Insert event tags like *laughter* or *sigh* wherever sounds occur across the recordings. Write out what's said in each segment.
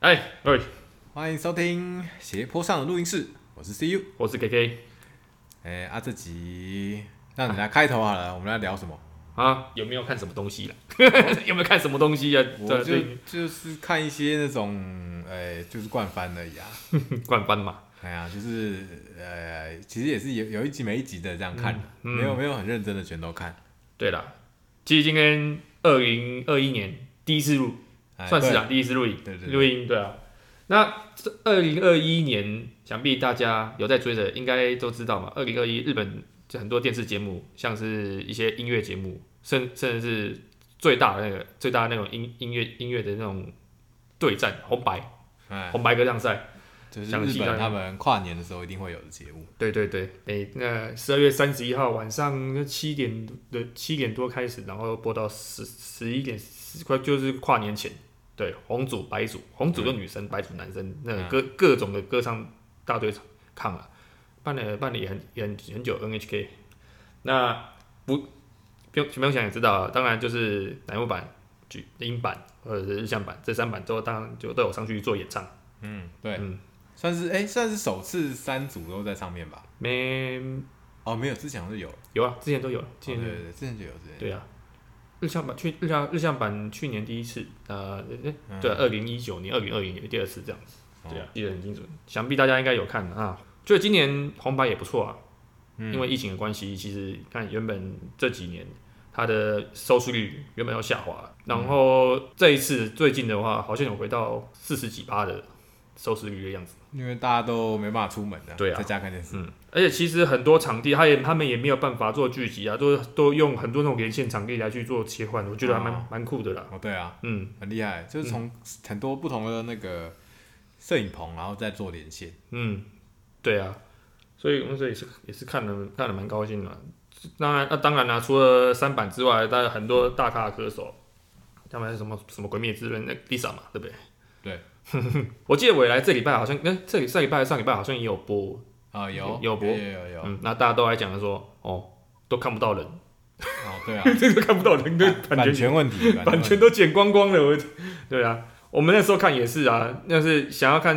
哎，喂，欢迎收听斜坡上的录音室，我是 CU。我是 KK 哎、啊，这集让你来开头好了，我们来聊什么？啊，有没有看什么东西啦？ *laughs* 有没有看什么东西啊？我对就对，就是看一些那种，哎、就是惯番而已啊。冠番嘛，哎呀，就是呃，其实也是有有一集没一集的这样看的，嗯嗯没有没有很认真的全都看。对啦，其实今天二零二一年第一次录，哎算是啊，第一次录影，对对对录音，对啊。那二零二一年，想必大家有在追的，应该都知道嘛。二零二一日本就很多电视节目，像是一些音乐节目，甚甚至是最大的那个最大的那种音音乐音乐的那种对战，红白对，哎，红白歌唱赛。就是详日细看本他们跨年的时候一定会有的节目。对对对，诶、那十二月三十一号晚上七点的七点多开始，然后播到十十一点，快就是跨年前。对，红组、白组，红组就女生，白组男生，那个各、各种的歌唱大对抗啊，办了办了也很也很很久 NHK。那不不用不用想也知道啊，当然就是乃木坂、举英版或者是日向版这三版都当然就都有上去做演唱。嗯，对，嗯算是哎、算是首次三组都在上面吧？没哦，没有，之前好像有，哦有啊，之前都有，之对前都有。对对，之前就有，之前就有对啊，日向版去日向日向版去年第一次，呃，诶嗯对、啊，二零一九年、二零二零年第二次这样子，哦对啊，记得很清楚。想必大家应该有看啊，就今年红白也不错啊，嗯因为疫情的关系，其实看原本这几年它的收视率原本要下滑，然后嗯这一次最近的话，好像有回到四十几趴的收视率的样子。因为大家都没办法出门的，对啊在家看电视。嗯，而且其实很多场地，他也他们也没有办法做聚集啊，都都用很多那种连线场地来去做切换，我觉得还蛮哦蛮、酷的啦。哦，对啊，嗯很厉害，就是从很多不同的那个摄影棚，然后再做连线。嗯，对啊，所以我那时候也是也是看了看了蛮高兴的。当然，那、当然啦、除了三板之外，当然很多大咖的歌手，他们什么什么《鬼灭之刃》那 Lisa 嘛，对不对？对， *laughs* 我记得未来这礼拜好像，那、这里上礼拜上礼拜好像也有播，啊，有有播有有有，嗯，那大家都还讲说，哦，都看不到 *laughs* 人，哦， *laughs* 对啊，这个看不到人，对版版权问题，版权问都剪光光了。我，对啊，我们那时候看也是啊，那是想要看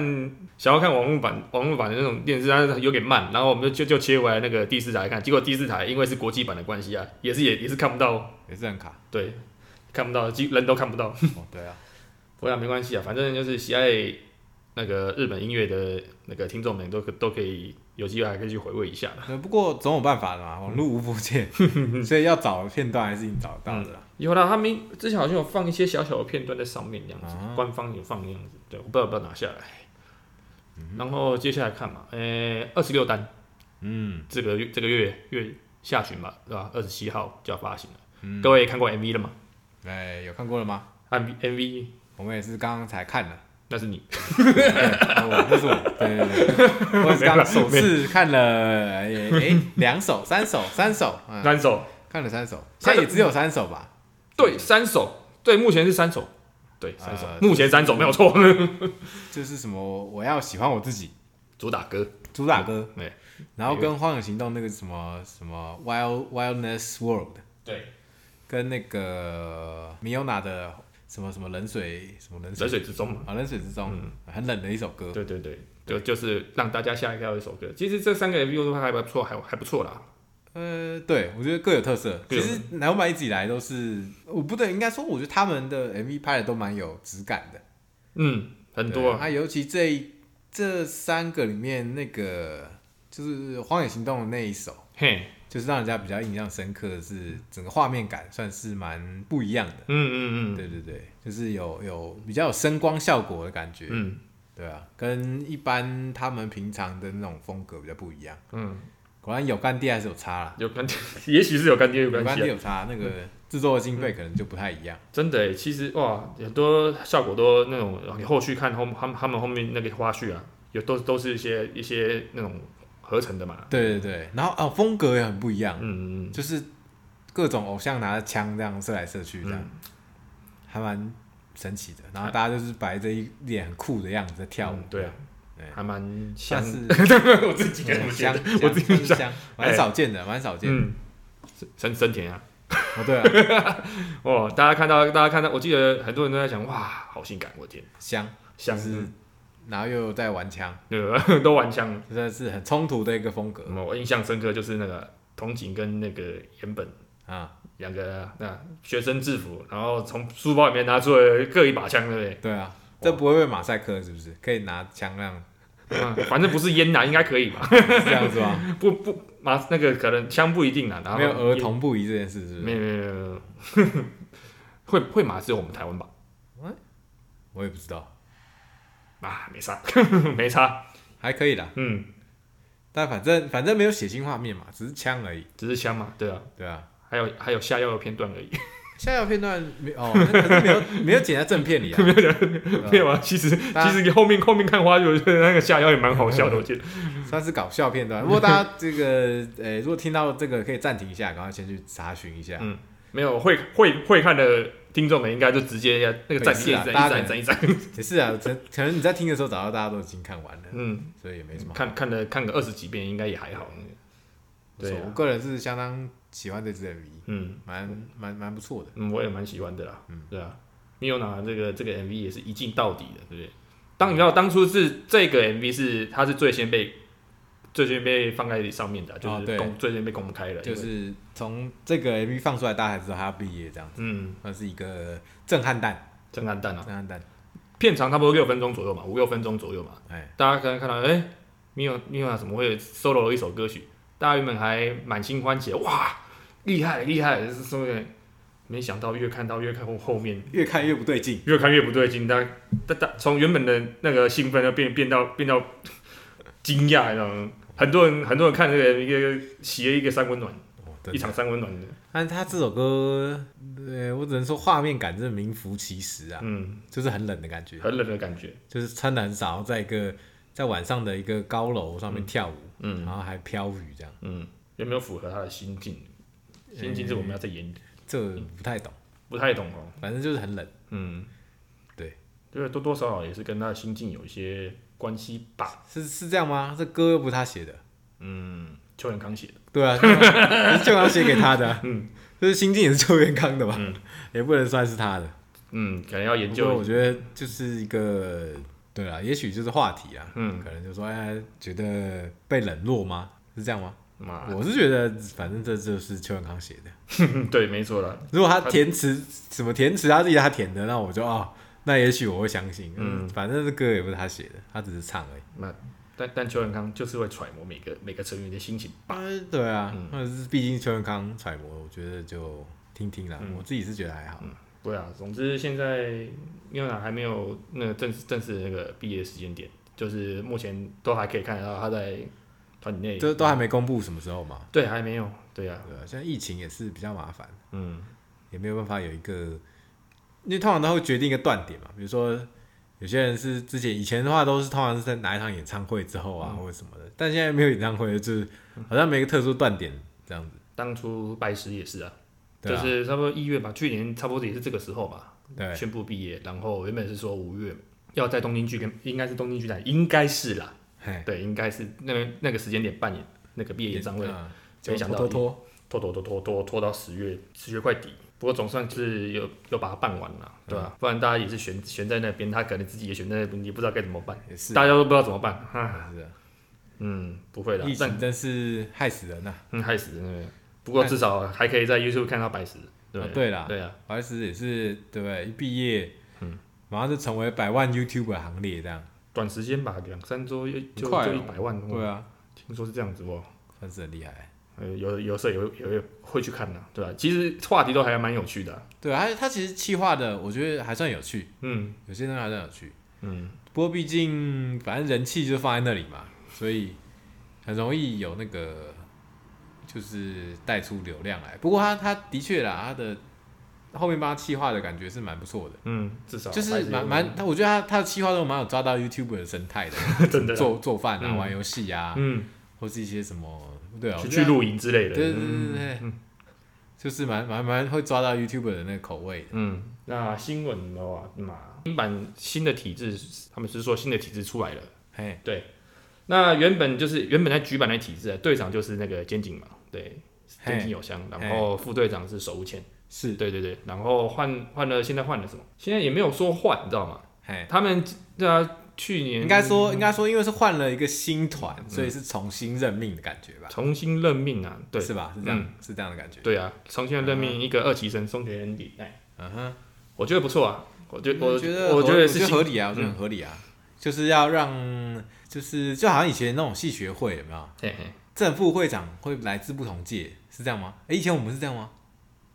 想要看网络版网络版的那种电视，但是有点慢，然后我们就就就切回来那个第四台看，结果第四台因为是国际版的关系啊，也是也也是看不到，题也是很卡。对，看不到，几人都看不到。 *laughs* 哦，对啊，我想没关系啊，反正就是喜爱那个日本音乐的那个听众们都可都可以有机会还可以去回味一下。呃不过总有办法的嘛，嗯网络无不 *laughs* 见，所以要找片段还是你找得到的啦。有啦，他们之前好像有放一些小小的片段在上面，这样子，啊官方有放这样子，对，我不知道有没有拿下来。然后接下来看嘛，诶、二十六单，嗯，这个月这个月月下旬吧，对吧？二十七号就要发行了。各位看过 MV 了吗啊哎，有看过了吗？ ？MV MV 我们也是刚刚才看 *laughs* 的，那是你，哎我那是我，对对对，我也是刚首没次看了，哎哎，两首、三首、三首，嗯，三首，看了三首，他现在的也只有三首吧？对，三首，对，目前是三首，对，三首，呃目前三首没有错。就是什么我要喜欢我自己， *laughs* 主打歌，主打歌，对然后跟《荒野行动》那个什么什么 Wild Wildness World，对，跟那个 Miona 的什么什么冷水什么冷水冷水之中嘛，啊冷水之中、很冷的一首歌，对对对，就就是让大家下一跳一首歌。其实这三个 MV 都还不错，还还不错啦。呃，对我觉得各有特色。各其有实南版一直以来都是，我不对，应该说我觉得他们的 MV 拍的都蛮有质感的，嗯，很多对啊。啊，尤其这一这三个里面那个就是《荒野行动》的那一首。嘿，就是让人家比较印象深刻的是，整个画面感算是蛮不一样的。嗯嗯嗯，对对对，就是有有比较有声光效果的感觉，嗯对啊，跟一般他们平常的那种风格比较不一样。嗯，果然有干爹还是有差啦，有干爹， *laughs* 也许是有干爹有有关干系、爹啊。有差，那个制作的经费可能就不太一样。真的耶，其实哇，很多效果都那种，你后续看后他们他们后面那个花絮啊，有都都是一些一些那种合成的嘛。对对对，然后哦风格也很不一样，嗯嗯就是各种偶像拿着枪这样射来射去这样，嗯还蛮神奇的。然后大家就是摆着一脸很酷的样子在跳舞，嗯，对啊对，还蛮像像。是 *laughs* 我自己怎么嗯觉香得？，我自己哎香，蛮少见的，蛮少见的。嗯，森森田啊，哦，对啊，哦，大家看到大家看到，我记得很多人都在想，哇，好性感，我的天， *laughs* 香，想 *laughs* 是然后又在玩枪，呃 *laughs* 都玩枪了。真的是很冲突的一个风格嗯我印象深刻就是那个童景跟那个岩本啊。两个那学生制服，然后从书包里面拿出了各一把枪，对不对？对啊，这不会被马赛克是不是？可以拿枪让嗯，反正不是烟呐，应该可以吧？ *laughs* 是这样子吗？不不，马那个可能枪不一定啦，然后没有儿烟，童不宜这件事是不没是？有没有没有没有， *laughs* 会会马只有我们台湾吧？我也不知道，啊，没差， *laughs* 没差，还可以啦。嗯，但反正反正没有血腥画面嘛，只是枪而已，只是枪嘛，对啊，对啊。还有还有下药的片段而已，下一条片段没哦，那可是没有没有剪在正片里 *laughs* 啊，没有啊，其实大家其实后面后面看花就觉得那个下药也蛮好笑的，我记得，算是搞笑片段。如果大家这个呃，如果听到这个可以暂停一下，赶快先去查询一下。嗯没有会会会看的听众们应该就直接那个暂停没事啊一站大一家站一站一站， *laughs* 也是啊，可可能你在听的时候，早到大家都已经看完了，嗯。所以也没什么好。看看了看个二十几遍，应该也还好。嗯对啊我个人是相当喜欢这支 MV，嗯蛮蛮蛮不错的。嗯，我也蛮喜欢的啦。嗯，对啊，米有拿这个这个 MV 也是一镜到底的，对不对？当你知道当初是这个 MV 是它是最先被最先被放在上面的啊，就哦对是公、最先被公开了，就啊因为是从这个 MV 放出来，大家才知道他要毕业这样，嗯，算是一个震撼弹，真暗淡啊震。撼弹。片长差不多六分钟左右嘛，五六分钟左右嘛。哎，大家可能看到，哎、米有米有娜怎么会 solo 了一首歌曲？大家原本还满心欢喜的，哇，厉害厉害，是什么？没想到越看到越看后后面，越看越不对劲，越看越不对劲，但但但从原本的那个兴奋，要变变到变到 *laughs* 惊讶，你知道吗？很多人很多人看这个一个洗了一个三温暖，哦真一的场三温暖的，但他这首歌，对我只能说画面感真的名副其实啊，嗯，就是很冷的感觉，很冷的感觉，就是穿的很少，然后在一个在晚上的一个高楼上面跳舞，嗯然后还飘雨这样，嗯，有没有符合他的心境？心境是我们要再研究，这个不太懂，不太懂哦，反正就是很冷。嗯，对，就是多多少少也是跟他的心境有一些关系吧。是是这样吗？这歌又不是他写的，嗯，邱元康写的，对啊， *laughs* 是邱元康写给他的、嗯，就是《心境》也是邱元康的嘛，嗯也不能算是他的。嗯，可能要研不过究我，觉得就是一个，对啊，也许就是话题啊，嗯，可能就说哎，觉得被冷落吗？是这样吗？妈， *laughs* 我是觉得，反正这就是邱元康写的。对，没错了，如果他填词什么填词他自己他填的，那我就哦，那也许我会相信。嗯，嗯反正这歌也不是他写的，他只是唱而已。那但但邱元康就是会揣摩每个每个成员的心情吧。呃对啊嗯，那、是毕竟邱元康揣摩，我觉得就听听啦。嗯我自己是觉得还好。对啊，总之现在因为还没有那个正式正式的那个毕业时间点，就是目前都还可以看得到他在团体内这都还没公布什么时候嘛？对还没有对啊，对啊，现在疫情也是比较麻烦，嗯也没有办法有一个，因为通常都会决定一个断点嘛。比如说，有些人是之前以前的话都是通常是在哪一场演唱会之后啊，嗯或者什么的，但现在没有演唱会，就是好像没个特殊断点这样子。当初拜师也是啊，对就啊，是差不多一月吧，去年差不多也是这个时候吧，对，宣布毕业，然后原本是说五月要在东京剧跟应该是东京剧展，应该是啦，嘿，对，应该是那边那个时间点办演那个毕业演唱会，啊没想到拖拖拖拖拖拖拖拖到十月，十月快底。不过总算是有有把它办完了，啊对吧、啊不然大家也是悬悬在那边，他可能自己也悬在那边，也不知道该怎么办拖，也是啊大家都不知道怎么办。哈，是啊嗯，不会的疫，但情真是害死人呐、啊嗯害死那个。不过至少还可以在 YouTube 看到白石，对啊不对对啦，对啊，白石也是对不对？一毕业，马上就成为百万 YouTuber 行列这样。短时间吧，两三周就很就快哦就一百万，对啊，听说是这样子哦。算是很厉害。呃，有有时候也会也会会去看的、对吧、其实话题都还蛮有趣的啊、对啊，他他其实企划的，我觉得还算有趣，嗯有些人还算有趣。嗯，不过毕竟反正人气就放在那里嘛，所以很容易有那个就是带出流量来。不过他他的确啦，他的后面帮他企划的感觉是蛮不错的。嗯，至少就是还有蛮蛮，他我觉得他他的企划都蛮有抓到 YouTuber 的生态 *laughs* 的，真的啦做做饭啊、嗯玩游戏啊，嗯，或是一些什么对啊，我去觉去得露营之类他的，对对嗯对对，对就是蛮蛮蛮会抓到 YouTuber 的那个口味的。嗯，那新闻的话，嘛，新版新的体制，他们是说新的体制出来了。嘿，那原本就是原本在局版的体制，队长就是那个监警嘛，对，嘿监警有香，然后副队长是手无千，是，对对对，然后换换了，现在换了什么？现在也没有说换，你知道吗？嘿，他们对啊，去年应该说，应该说，因为是换了一个新团，所以是重新任命的感觉吧？重新任命啊，对是吧？是这样，是这样的感觉。对啊，重新任命一个二期生松田里奈，嗯哼，哎我觉得不错啊，我觉我我嗯觉得我觉得是嗯合理啊，我觉得很合理啊，就是要让，就是就好像以前那种系学会有没有？嘿嘿，正副会长会来自不同届，是这样吗？哎，以前我们是这样吗？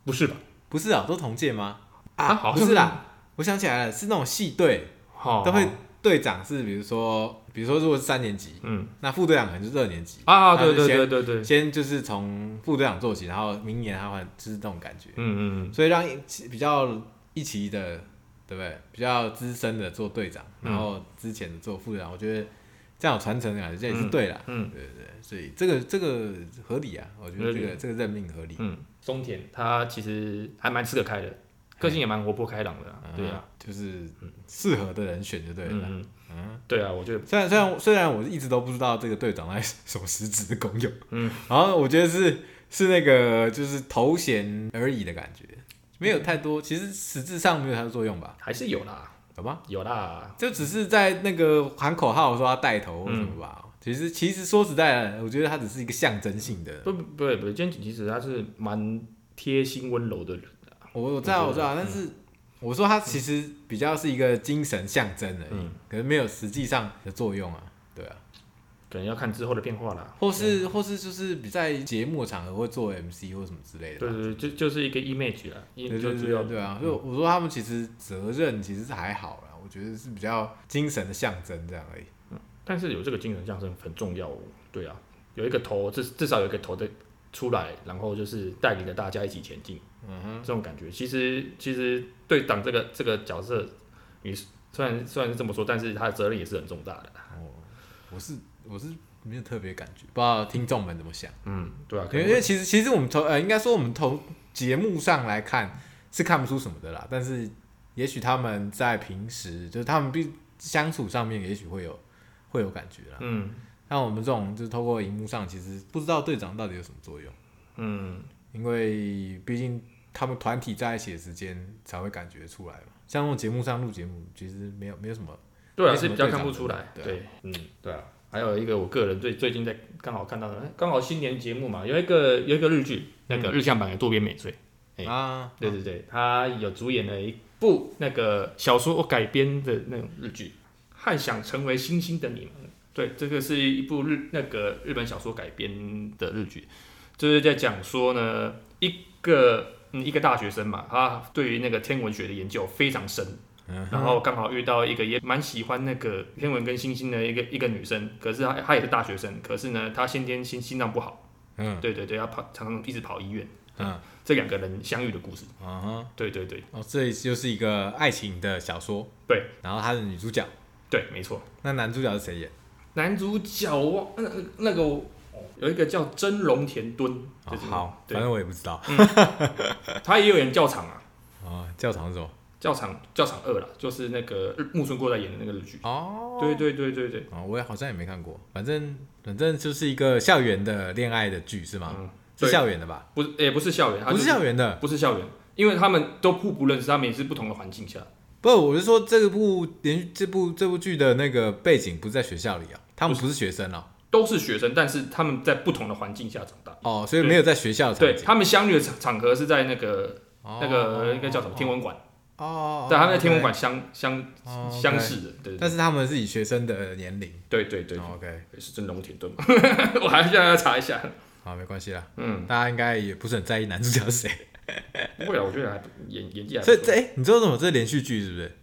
不是吧？不是啊，都同届吗？啊好像不是啦，我想起来了，是那种系队好，都会队长是，比如说，比如说如果是三年级，嗯那副队长可能就是二年级啊，他是对对先对对对，先就是从副队长做起，然后明年他换，就是这种感觉，嗯嗯所以让一起比较一起的，对不对？比较资深的做队长，嗯然后之前的做副队长，我觉得这样有传承的感觉，这也是对啦。嗯对对对，所以这个这个合理啊，我觉合得这理个这个任命合理。嗯，松田他其实还蛮吃得开的，个性也蛮活泼开朗的啊，对啊，嗯，就是适合的人选就对了。嗯嗯嗯，对啊，我觉得虽然虽然虽然我一直都不知道这个队长在什么实质的功用，嗯，然后我觉得是是那个就是头衔而已的感觉，没有太多，其实实质上没有它的作用吧，还是有啦，好吧？有啦，就只是在那个喊口号说要带头或什么吧。其实其实说实在的，我觉得它只是一个象征性的。不不不不，今天其实他是蛮贴心温柔的人，啊我我知道我我知觉得嗯道，但是我说它其实比较是一个精神象征而已，嗯可是没有实际上的作用啊。对啊，可能要看之后的变化啦。或是、或是就是在节目场合会做 MC 或什么之类的吧。对对对，就就是一个 image 啦，一对就对是对要对啊！所以我说他们其实责任其实是还好啦，我觉得是比较精神的象征这样而已。但是有这个精神象征很重要哦，对啊，有一个头，至至少有一个头的出来，然后就是带领着大家一起前进，嗯哼，这种感觉。其实其实队长这个这个角色，你虽然虽然是这么说，但是他的责任也是很重大的啦。哦，我是我是没有特别感觉，不知道听众们怎么想。嗯，对啊，可因为能因为其实其实我们从呃，应该说我们从节目上来看是看不出什么的啦，但是也许他们在平时就是他们必相处上面，也许会有会有感觉啦。嗯但我们这种就是透过荧幕上，其实不知道队长到底有什么作用，嗯因为毕竟他们团体在一起的时间才会感觉出来嘛。像那种节目上录节目，其实没有没有什么对啊，没什是么比较队看长不的出来。对啊对，嗯，对啊。还有一个，我个人最最近在刚好看到的，哎刚好新年节目嘛，有一个有一个日剧，那个日向版的渡边美穗，哎啊。对对对，他有主演了一部那个小说改编的那种日剧，《还想成为星星的你们》。对，这个是一部日那个日本小说改编的日剧，就是在讲说呢，一个嗯一个大学生嘛，他对于那个天文学的研究非常深，嗯然后刚好遇到一个也蛮喜欢那个天文跟星星的一个一个女生，可是她她也是大学生，可是呢，她先天心心脏不好，嗯对对对，要跑常常一直跑医院，嗯这两个人相遇的故事，嗯哼。对对对。哦，这就是一个爱情的小说。对，然后她是女主角，对，没错。那男主角是谁演？男主角哇，那个那个我有一个叫真龙田敦，哦就是、好，反对，正我也不知道。他也有演教场啊，哦，教堂是什么？教场教场二啦，就是那个日木村拓哉演的那个日剧。哦，对对对对对，哦，我也好像也没看过。反正反正就是一个校园的恋爱的剧是吗？嗯，是对校园的吧？不是也、不是校园，他不就是校园的，不是校园，因为他们都互不认识，他们也是不同的环境下，不，我是说这部连这部这部剧的那个背景不是在学校里啊，他们不是学生哦，都是学生，但是他们在不同的环境下长大。哦，所以对没有在学校的对场景。他们相遇的场场合是在那个、哦那个应该叫什么天文馆，哦哦，哦对，他们在天文 OK 馆相相哦，OK 相识的，对但是他们是以学生的年龄。对对对对哦。OK，也是真龙田顿嘛， *laughs* 我还现在要查一下。好，没关系啦，嗯，大家应该也不是很在意男主角是谁。不会啊，我觉得还不演演技还不所错。以这哎、你知道为什么这是连续剧是不是？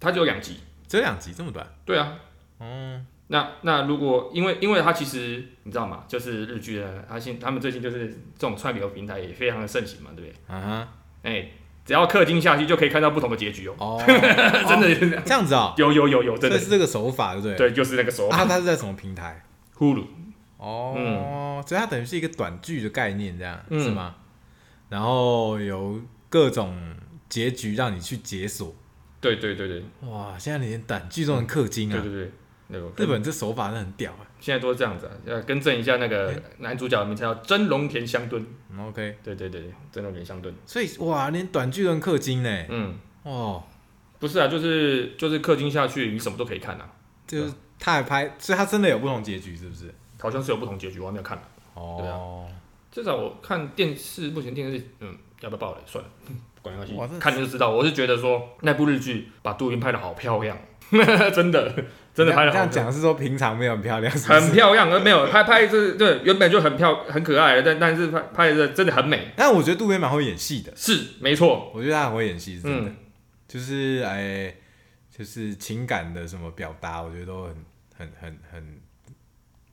他只有两集，只有两集这么短？对啊。嗯，那那如果因为因为他其实你知道吗？就是日剧呢，他现他们最近就是这种串流平台也非常的盛行嘛，对不对？啊哎、只要氪金下去就可以看到不同的结局哦 *laughs* 哈，、哦，真的是这样这样子哦，有有有有，真这的是这个手法，对不对？对，就是那个手啊，它是在什么平台？呼噜，哦，所以它等于是一个短剧的概念，这样、嗯是吗？然后有各种结局让你去解锁。对对对对哇，现在连短剧都能氪金对啊！对对，那个日本这手法真的很屌啊。现在都是这样子啊，要更正一下那哎个男主角的名称叫真龙田香敦，嗯 OK，对对对，对真龙田香敦，所以哇，连短剧都能氪金呢。嗯，哦，不是啊，就是就是氪金下去，你什么都可以看啊，就是他还拍，所以他真的有不同结局，是不是？好像是有不同结局，我还没有看、啊。哦，至少我看电视，目前电视嗯，要不要爆雷算了， *laughs* 不管没关哇这系，看就知道。我是觉得说那部日剧把杜云拍的好漂亮， *laughs* 真的真的你这拍的好样漂亮。讲是说平常没有很漂亮，是不很是？漂亮，呃而没有拍拍是对原本就很漂很可爱的，但但是拍拍的真的很美，但我觉得渡边蛮会演戏的，是没错，我觉得他很会演戏，是真的。嗯就是哎、就是情感的什么表达，我觉得都很很很很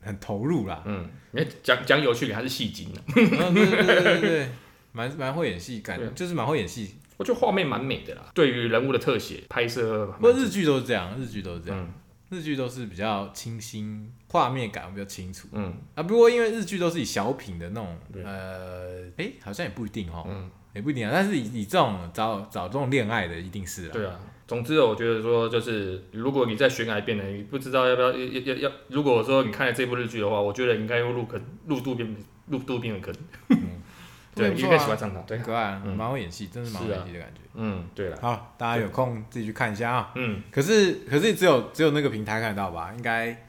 很投入 *laughs* 啦。嗯，你看讲讲有趣点还是戏精啊，嗯对对对对对，蛮蛮会演戏，感对啊就是蛮会演戏。我觉得画面蛮美的啦，对于人物的特写拍摄蛮，不过日剧都是这样，日剧都是这样，嗯日剧都是比较清新，画面感比较清楚嗯啊。不过因为日剧都是以小品的那种，对呃，哎、好像也不一定哦，嗯，也不一定啊。但是以以这种找找这种恋爱的，一定是啦。对啊。总之，我觉得说就是，如果你在悬崖边呢，你不知道要不要要要要，如果说你看了这部日剧的话，我觉得你应该入坑入渡边入渡边的坑，嗯对，不你错应啊该喜欢上他，对很，可爱啊，嗯蛮会演戏，真的蛮会是啊演戏的感觉。嗯，对了，好，大家有空自己去看一下啊。嗯，可是可是只有只有那个平台看得到吧？应该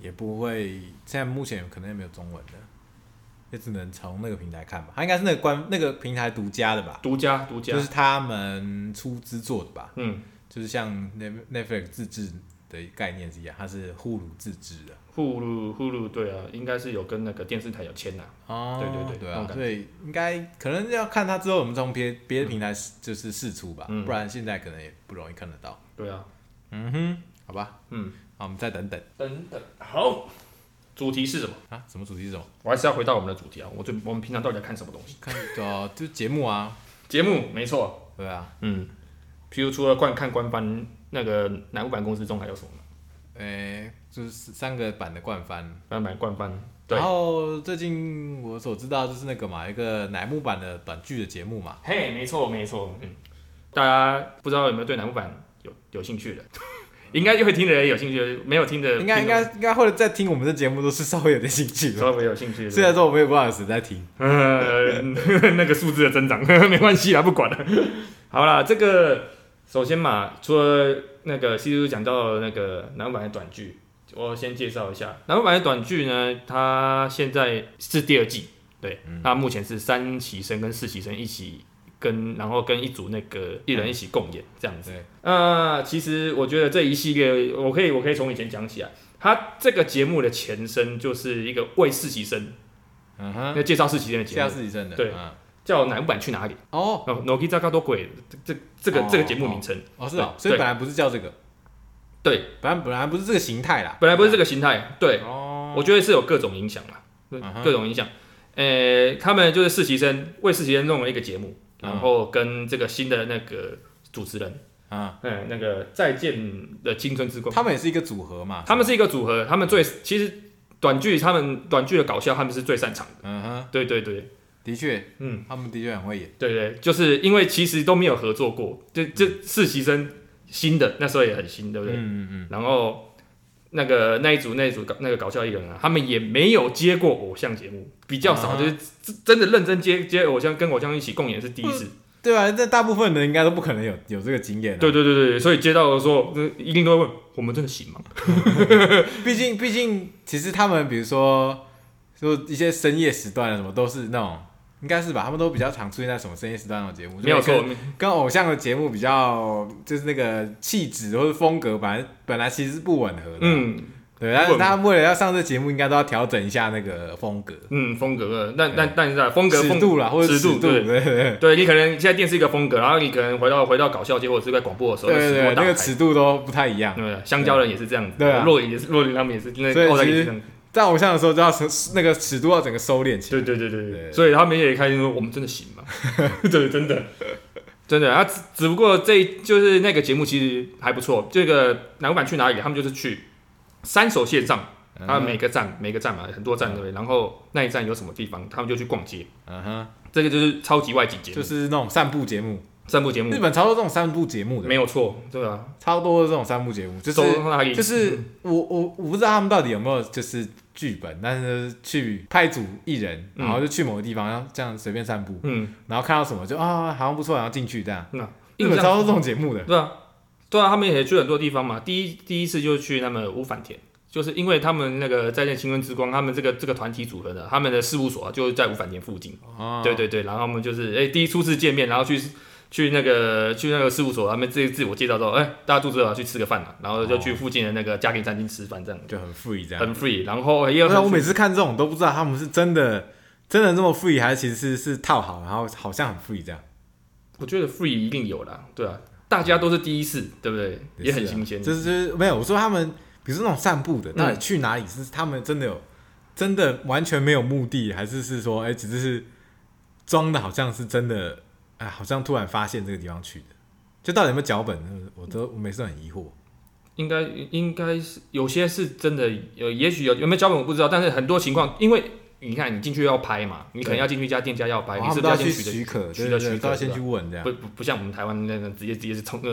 也不会，现在目前可能也没有中文的，也只能从那个平台看吧。它应该是那个官那个平台独家的吧？独家独家就，是他们出资做的吧？嗯，就是像 Net- Netflix 自制的概念是一样，它是呼噜自制的。呼噜呼噜，对啊，应该是有跟那个电视台有签呐、哦对对对对那种啊，感觉所以应该可能要看它之后我们从别别的平台试就是试出吧，嗯不然现在可能也不容易看得到。对啊，嗯哼，好吧，嗯，好，我们再等等等等，好，主题是什么？啊，什么主题是什么？我还是要回到我们的主题啊，我最我们平常到底在看什么东西？看哦，就节目啊，节目没错，对啊，嗯，譬如除了观看官方那个南五版公司中还有什么呢？诶、就是三个版的冠番。南五版官方对然，后最近我所知道就是那个嘛，一个乃木坂的短剧的节目嘛，嘿，没错没错，嗯，大家不知道有没有对南五版有有兴趣的， *laughs* 应该就会听的人有兴趣，没有听的应该应听众该应该会在听我们的节目都是稍微有点兴趣吧。稍微有兴趣的，虽然说我没有办法实在听，呃， *laughs* 那个数字的增长 *laughs* 没关系啊啦，不管了。 *laughs* 好啦，这个首先嘛，除了那个西叔讲到的那个南版的短剧，我先介绍一下南版的短剧呢，它现在是第二季，对，它目前是三期生跟四期生一起跟，然后跟一组那个艺人一起共演这样子。对，那其实我觉得这一系列，我可以我可以从以前讲起来。它这个节目的前身就是一个为实习生，嗯哼，那介绍实习生的节目下，次一阵的，对嗯叫南版去哪里？哦哦，Noki Zaka 多鬼，这这这个哦这个节目名称，哦是哦，对所以本来不是叫这个，对，本来本来不是这个形态啦，本来不是这个形态，对，哦，我觉得是有各种影响啦嗯，哼各种影响。呃，他们就是实习生为实习生弄了一个节目，嗯然后跟这个新的那个主持人，嗯，嗯，那个再见的青春之光，他们也是一个组合嘛，他们是一个组合，他们最其实短剧，他们短剧的搞笑，他们是最擅长的。嗯哼，对对对，的确，嗯。他们的确很会演，对对，就是因为其实都没有合作过，这这实习生新的那时候也很新，对不对？嗯嗯嗯，然后那个那一组那一组搞那个搞笑艺人啊，他们也没有接过偶像节目，比较少，啊就是真真的认真接接偶像跟偶像一起共演是第一次。对啊，这大部分人应该都不可能有有这个经验、啊。对对对对，所以接到的时候，那一定都会问我们真的行吗？毕竟毕竟，其实他们比如说说一些深夜时段啊，什么都是那种，应该是吧？他们都比较常出现在什么深夜时段那种节目，没有就错嗯跟，跟偶像的节目比较，就是那个气质或者风格，本来本来其实是不吻合的。，嗯对，但不是吻合他们为了要上这节目，应该都要调整一下那个风格、嗯，风格，呃但但但是啊，风格尺风度啦，或者尺度度，对对对对你可能现在电视一个风格，然后你可能回到回到搞笑界或者是在广播的时候，对尺度对，打那开个尺度都不太一样。对，香蕉人也是这样子，对啊洛也是洛林他们也是，那所以奥黛其也实是这样子，在偶像的时候，就要那个尺度要整个收敛起来。对对对对对，对所以他们也开心说我们真的行吗？ *laughs* 对，真的。真的，啊，只只不过这就是那个节目其实还不错。这个南版去哪里？他们就是去三手线上，他们嗯每个站、每个站嘛，很多站对不对？然后那一站有什么地方，他们就去逛街。嗯哼，这个就是超级外景节目，就是那种散步节目。散步节目日，本超多这种散步节目的没，有错，对吧、啊？超多这种散步节目，就是走到哪里就是我我我不知道他们到底有没有就是剧本，但是去派组艺人，嗯然后就去某个地方，然后这样随便散步，嗯，然后看到什么就啊好像不错，然后进去这样。那日印本象超多这种节目的，对啊，对啊，他们也去很多地方嘛。第一第一次就去他们五反田，就是因为他们那个再见青春之光，他们这个这个团体组合的，他们的事务所啊，就是在五反田附近。哦对对对，然后我们就是哎、第一初次见面，然后去去那个去那个事务所，他们自己自我介绍之后，哎、大家肚子饿了去吃个饭嘛，啊然后就去附近的那个家庭餐厅吃饭，这样就很 free 这样。很 free。然后也有对啊，我很每次看这种都不知道他们是真的真的这么 free，还是其实是是套好，然后好像很 free 这样。我觉得 free 一定有啦，对啊，大家都是第一次，对不对？也很是啊新鲜。就是就是没有我说他们，比如说那种散步的，嗯到底去哪里是他们真的有真的完全没有目的，还是是说哎、只是是装的好像是真的，哎、好像突然发现这个地方去的，就到底有没有脚本，我都我每次都很疑惑。应该应该是有些是真的有，也许有有没有脚本我不知道，但是很多情况，因为你看你进去要拍嘛，你可能要进去一家店家要拍，然你哦后他是不们是都要要先去取得许可，取对得对许对，可都要先对去问这样不。不不像我们台湾那个直接直接是冲呃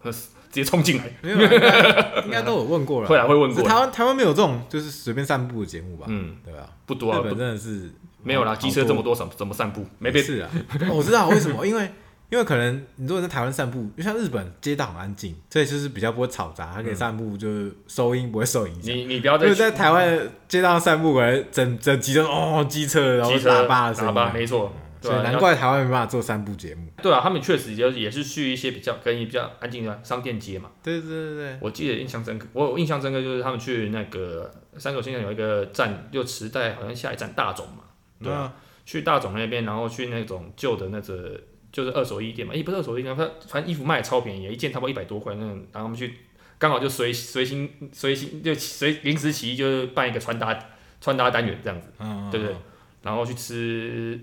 呃直接冲进来，没有啊，应该应该都有问过了。 *laughs* 会来会问只是台过，湾台湾没有这种就是随便散步的节目吧？嗯，对吧？不多啊日，本真的是不没有啦，好机车这么多，怎么怎么散步？没被是啊，我知道为什么， *laughs* 因为因为可能你如果在台湾散步，就像日本街道很安静，所以就是比较不会吵杂，它可以散步，就是收音不会受影响。你你不要就再是在台湾的街道上散步，可能整整集都是哦机车，然后机车喇叭的声喇音，嗯叭，没错，对所以啊，难怪台湾没办法做散步节目。对啊，他们确实也也是去一些比较可以比较安静的商店街嘛。对对对对，我记得印象深刻，我我印象深刻就是他们去那个三九线上有一个站，就池袋好像下一站大冢嘛，嗯对啊，去大冢那边，然后去那种旧的那个就是二手衣店嘛，也、不是二手衣店，反正反正衣服卖得超便宜，一件差不多一百多块那种，然后我们去刚好就随随心随心就随临时起意就是办一个穿搭穿搭单元这样子，嗯，嗯对不对？？然后去吃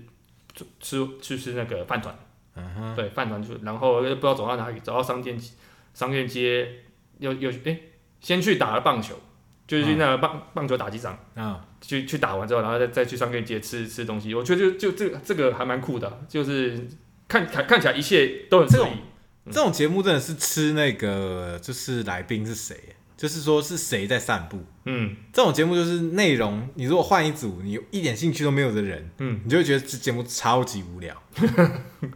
吃去吃那个饭团。嗯哼，对，饭团就然后又不知道走到哪里，走到商店商店街，又又哎、先去打了棒球，就是去那个棒、棒球打击场，嗯，去去打完之后，然后再再去商店街吃吃东西。我觉得就就这个这个还蛮酷的，就是看看看起来一切都很这随种意。这种节目真的是吃那个，就是来宾是谁，就是说是谁在散步。嗯这种节目就是内容，你如果换一组，你一点兴趣都没有的人，嗯，你就会觉得这节目超级无聊。 *laughs*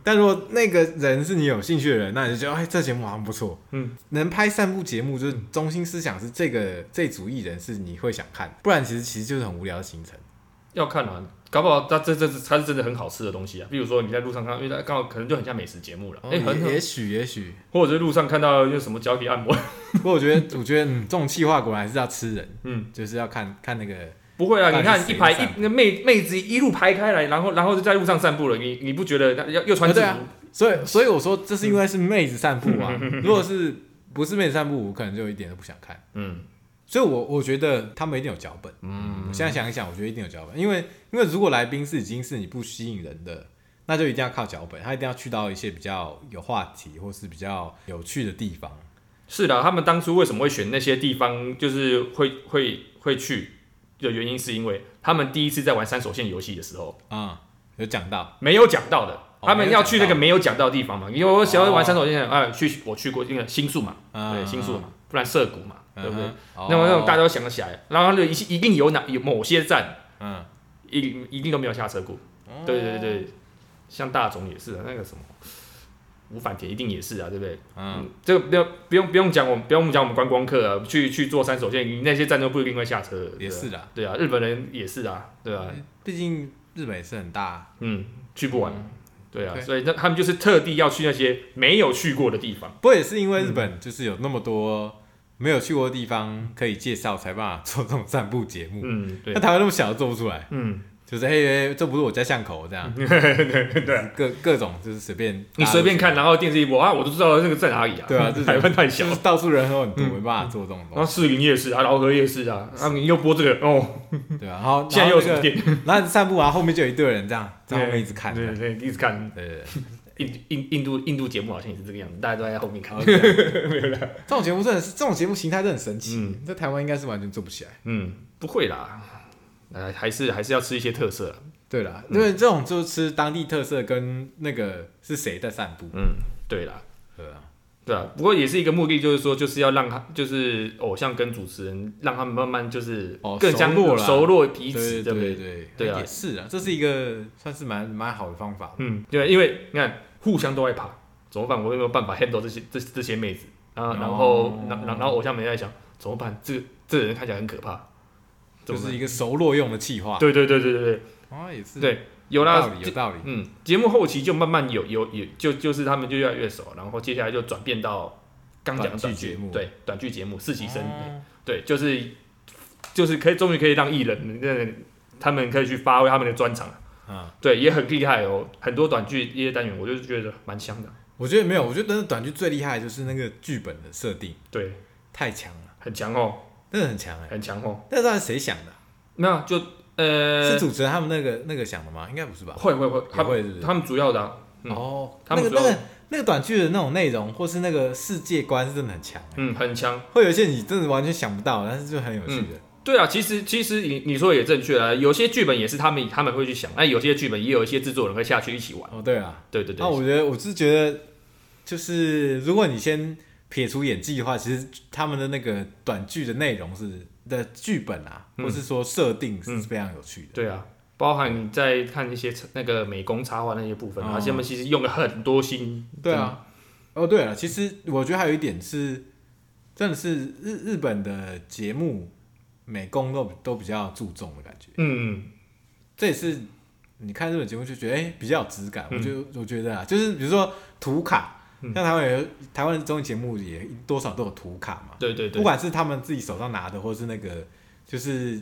但如果那个人是你有兴趣的人，那你就觉得哎，这节目好像不错。嗯，能拍散步节目，就是中心思想是这个这组艺人是你会想看，不然其实其实就是很无聊的行程。要看啊，搞不好它这这它是真的很好吃的东西啊。比如说你在路上看到，因为它刚好可能就很像美食节目了，哎、哦很也很，也许也许，或者是路上看到就什么脚底按摩，不过我觉得我觉得嗯，这种企划果然还是要吃人，嗯。就是要看看那个不会啊，到你底看是一谁排在散一那妹妹子一路排开来，然后然后就在路上散步了，你你不觉得要又穿啊制对服？啊，所以所以我说这是因为是妹子散步 *laughs* 啊，如果是不是妹子散步，我可能就一点都不想看。嗯所以我我觉得他们一定有脚本。嗯，我现在想一想，我觉得一定有脚本，因为因为如果来宾是已经是你不吸引人的，那就一定要靠脚本，他一定要去到一些比较有话题或是比较有趣的地方。是的啊，他们当初为什么会选那些地方，就是会会会去的原因，是因为他们第一次在玩三手线游戏的时候啊、有讲到，没有讲到的。哦他们要去那个没没有讲到的地方嘛，因为我想要玩哦三手线，啊，去我去过那个新宿嘛，啊对，新宿嘛，不然涩谷嘛，对不对？？嗯那么那种大，哦家都想得起来，然后就一一定有哪有某些站嗯，一一定都没有下车过，对对对，像大总也是啊，那个什么五反田一定也是啊，对不对？嗯，嗯，这个不要不用不用讲，我们不用讲我们观光客啊，去去坐三手线，你那些站都不一定会下车。也是嗯对啊，的，对啊，日本人也是啊，对啊，毕竟日本也是很大，嗯，去不完，对啊，对所以那他们就是特地要去那些没有去过的地方。不过也是因为日本嗯就是有那么多没有去过的地方可以介绍，才办法做这种散步节目。嗯，对那，台湾那么小，做不出来。嗯，就是哎、欸，这不是我家巷口这 *laughs* 样，对，各各种就是随便，你随便看，，然后电视一播啊，我都知道这个在哪里啊。对 *laughs* 啊这是台湾太小就了是。到处人很多，嗯没办法做这种然后东士林夜市啊，饶河夜市啊，啊，你又播这个哦，西，对啊，然后现在又有什然后么那个店？然后散步啊，后面就有一队人这样在后面一直看，对对对，对一直看，对对，印印印度印度节目好像也是这个样子，大家都在后面看然。后这样 *laughs* 这种节目真的是这种节目形态真的很神奇嗯，在台湾应该是完全做不起来。嗯，不会啦，呃，还是还是要吃一些特色啦。对啦，嗯因为这种就是吃当地特色跟那个是谁在散步，嗯，对啦，对啊，对啊。不过也是一个目的，就是说，就是要让他，就是偶像跟主持人，让他们慢慢就是哦更加熟络啦熟络彼对此，对不对对？对对啊也是啊，这是一个算是蛮蛮好的方法，嗯，对，因为你看，互相都爱爬，怎么办？我有没有办法 handle 这些这这些妹子？啊，哦然后，然然然后偶像们在想怎么办？这个这个人看起来很可怕，啊怎就么办是一个熟络用的企划。对对对对对对，啊，也是对有道啦，理，有这道理。嗯，节目后期就慢慢有有有，就就是他们就越来越熟，然后接下来就转变到刚讲的短短剧节目对短剧节目实习生，哎哦对，就是就是可以终于可以让艺人那他们可以去发挥他们的专长，啊，对，也很厉害哦，很多短剧一些单元，我就是觉得蛮香的，我觉得没有，我觉得真的短剧最厉害的就是那个剧本的设定对，太强了，很强哦，真的很强哎、很强哦，那到底谁想的啊？那就呃是，主持人他们那个那个想的吗？应该不是吧？会会会，他也会是不是他们主要的啊、嗯哦，他那们个主那要个那个短剧的那种内容，或是那个世界观是真的很强，嗯，很强。会有一些你真的完全想不到，但是就很有趣的。对啊，其实其实你你说的也正确啊，有些剧本也是他们他们会去想，那有些剧本也有一些制作人会下去一起玩。哦，对啊，对对对，那我觉得我是觉得，就是如果你先撇除演技的话，其实他们的那个短剧的内容是的剧本啊，嗯或是说设定是非常有趣的。对啊，包含你在看一些那个美工插画那些部分，哦而且他们其实用了很多心。对啊，哦对了，其实我觉得还有一点是，真的是日日本的节目美工都都比较注重的感觉。嗯，这也是你看日本节目就觉得哎、诶比较有质感，我嗯就我觉得啊，就是比如说图卡，像台湾有台湾的综艺节目也多少都有图卡嘛，对对不对，管是他们自己手上拿的，或是那个就是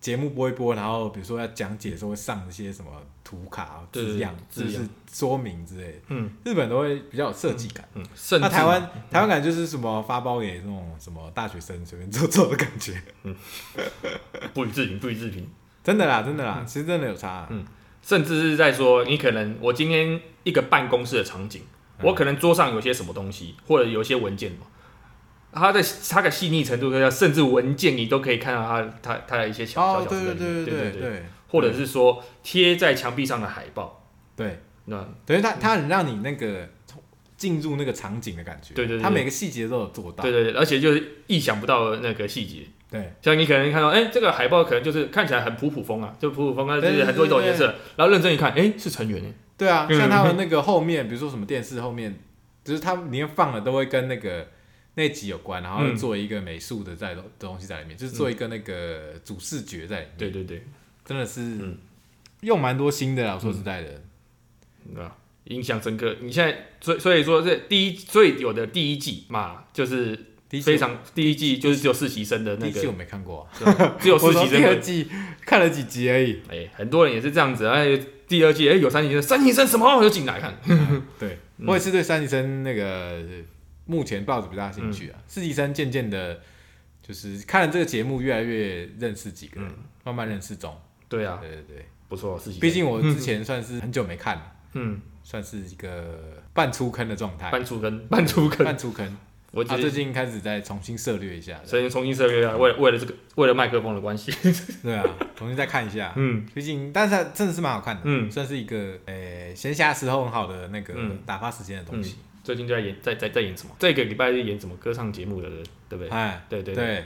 节目播一播，然后比如说要讲解的时候会上一些什么图卡对字样，字就样是说明之类的，嗯日本都会比较有设计感。嗯，甚那至台湾台湾感觉就是什么发包给那种什么大学生随便做做的感觉，不予置评，不予置评，真的啦，真的啦，其实真的有差啊、甚至是在说你可能我今天一个办公室的场景，嗯我可能桌上有些什么东西，或者有一些文件嘛。它的它的细腻程度，甚至文件你都可以看到它它它的一些小小哦小，对事在对里面对对对对对对或者是说贴在墙壁上的海报。对，那等于它它很让你那个进入那个场景的感觉，对对对它每个细节都有做到，对对对，而且就是意想不到的那个细节，对像你可能看到，哎、这个海报可能就是看起来很普普风啊，就普普风啊，就对是很多对对种颜色，然后认真一看，哎、是成员哎，对啊，嗯像他们那个后面，比如说什么电视后面，就是他们里面放的都会跟那个那集有关，然后嗯做一个美术的在东西在里面，就是做一个那个主视觉在里面，对对对，真的是嗯用蛮多心的啦，我说实在的，啊，印象深刻。你现在所以所以说这第一最有的第一季嘛，就是第一季非常第一季就是只有实习生的第那一季我个，没看过啊，只有实我从习生第二的，季看了几集而已，哎、很多人也是这样子，哎，第二季哎、有三级生，三级生什么我就进来看，对嗯我也是对三级生那个目前抱着比较大兴趣啊，嗯四级生渐渐的。就是看了这个节目，越来越认识几个嗯人，慢慢认识中。对啊，对对对，不错，实习生，毕竟我之前算是很久没看了， *laughs* 嗯，算是一个半出坑的状态，半出坑，半出坑，半出坑。我他、觉啊最得近开始再重新涉略一下，所以重新设约啊，为了为了这个，为了麦克风的关系，对啊，重新再看一 *laughs* 下。嗯，毕竟，但是它真的是蛮好看的，嗯算是一个呃闲暇时候很好的那个 *laughs* 嗯打发时间的东西。最近就在演，在在在演什么？这个礼拜是演什么歌唱节目的，对不对？哎，对对对，对，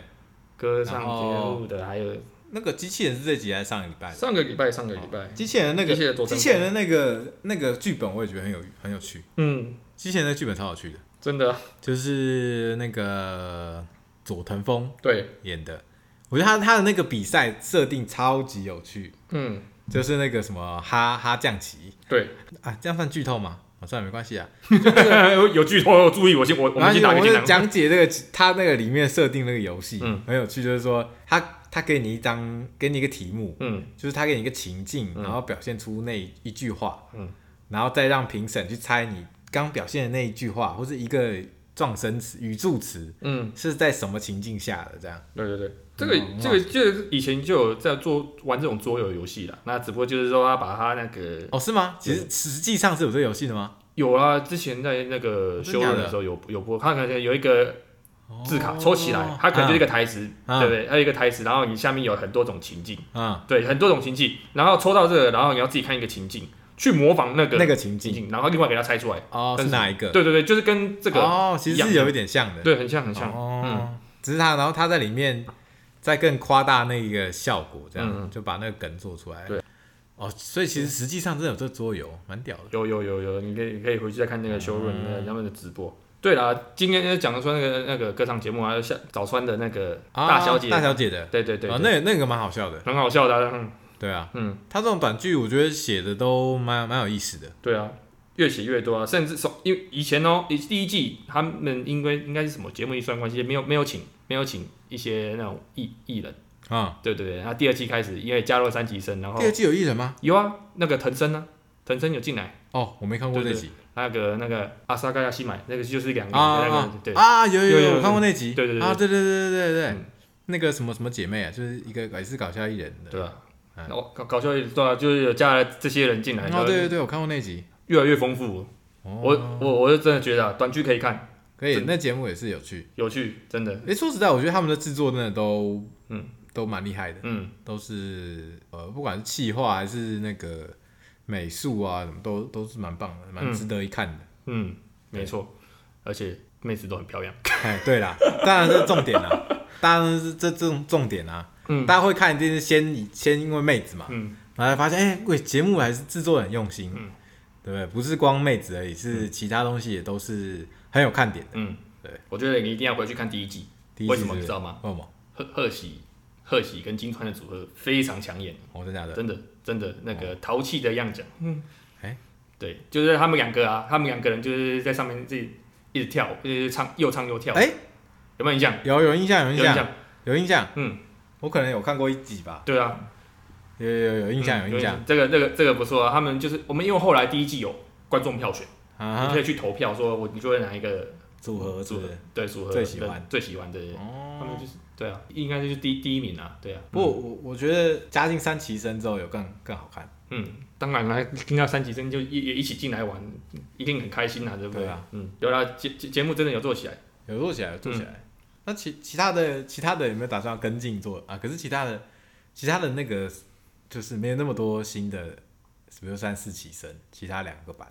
歌唱节目的，还有那个机器人是这集还是上个礼拜？上个礼拜，上个礼拜，机器人那机器人个佐藤机器人的那个那个剧本，我也觉得很有很有趣。嗯，机器人的剧本超有趣的，真的啊，就是那个佐藤峰对，演的，我觉得他他的那个比赛设定超级有趣。嗯，就是那个什么哈哈降旗 *laughs* 对，啊，这样算剧透吗？啊，算了，没关系啊。有剧透，有注意，我先我然我们后先打我个们简单，讲解那个他那个里面设定那个游戏，嗯很有趣，就是说他他给你一张，给你一个题目，嗯就是他给你一个情境，嗯然后表现出那一句话，嗯然后再让评审去猜你刚表现的那一句话或是一个撞声词、语助词嗯，是在什么情境下的这样。对对对。这个嗯这个就是以前就有在做玩这种桌游游戏啦，那只不过就是说他把他那个哦，是吗？其实实际上是有这个游戏的吗？有啊，之前在那个哦真的修假润的的时候有有播，他可能有一个字卡抽起哦来，它可能就是一个台词，啊对不对？它有一个台词，然后你下面有很多种情境，啊、对，很多种情境，然后抽到这个，然后你要自己看一个情境，去模仿那个那个情情境境，然后另外给它猜出来。哦，但是是哪一个？对对对，就是跟这个哦，其一实样是有一点像的。对很像很像，嗯哦，只是他，然后他在里面再更夸大那个效果，这样、嗯就把那个梗做出来。对，哦，所以其实实际上真的有这桌游，蛮屌的。有有有有，你可以你可以回去再看嗯那个修润、那他们的直播。对啦，今天讲说那个那个歌唱节目啊，像早川的那个啊大小姐，大小姐的，对对对，啊，对那个那个蛮好笑的，很好笑的啊、嗯，对啊，嗯，他这种短剧我觉得写的都蛮蛮有意思的，对啊，越写越多啊，甚至从因为以前哦，以第一季他们因为应该是什么节目预算关系，没有没有请没有请一些那种艺艺人，啊、对对对，然后第二季开始因为加入了三级生，然后第二季有艺人吗？有啊，那个藤森呢、藤森有进来，哦，我没看过这对对集那个那个阿萨盖亚西买，那个就是两个啊人的那个、啊对啊，有有有有我看过那集，对对对啊，对对对对对对嗯，那个什么什么姐妹啊，就是一个也是搞笑艺人的，对啊，那我搞搞笑对啊，就是有加了这些人进来，哦，就对对对，我看过那集，越来越丰富。哦我我我是真的觉得啊，短剧可以看，可以真，那节目也是有趣。有趣，真的，哎、说实在，我觉得他们的制作真的都，嗯，都蛮厉害的，嗯，都是呃，不管是企划还是那个美术啊，什么都都是蛮棒的，蛮值得一看的。嗯，没错，而且妹子都很漂亮，哎、对啦，当然是重点啦，当然是这这种重点啊。嗯大家会看一定是先以先因为妹子嘛，嗯，然后才发现哎，喂、节目还是制作得很用心，嗯对不对？不是光妹子而已，是其他东西也都是很有看点的。嗯，对，我觉得你一定要回去看第一季，第一为季什么是你知道吗？为什么？贺贺喜贺喜跟金川的组合非常抢眼，我真的假的？真的真的那个淘气的样讲，嗯，哦哎对，就是他们两个啊，他们两个人就是在上面自己一直跳，就是唱又唱又跳，哎、有没有印象？有有印象，有有印象，，有印象。嗯，我可能有看过一集吧，对啊，有有有印象，有印象。嗯。这个这个这个不错啊，他们就是我们因为后来第一季有观众票选，啊你哈可，以去投票，说我你觉得哪一个组合组组合合。对组合最喜欢对最喜欢的，他们哦，就是对啊，应该就是第第一名啊，对啊。不过我我觉得加进三旗生之后有更更好看。嗯，当然啦，听到三级生就一一起进来玩，一定很开心啊，对不对啊？嗯，有啦，节节节目真的有做起来，有做起来，有做起嗯来。那其其他的其他的有没有打算要跟进做啊？可是其他的其他的那个就是没有那么多新的，比如说三四起身，其他两个版，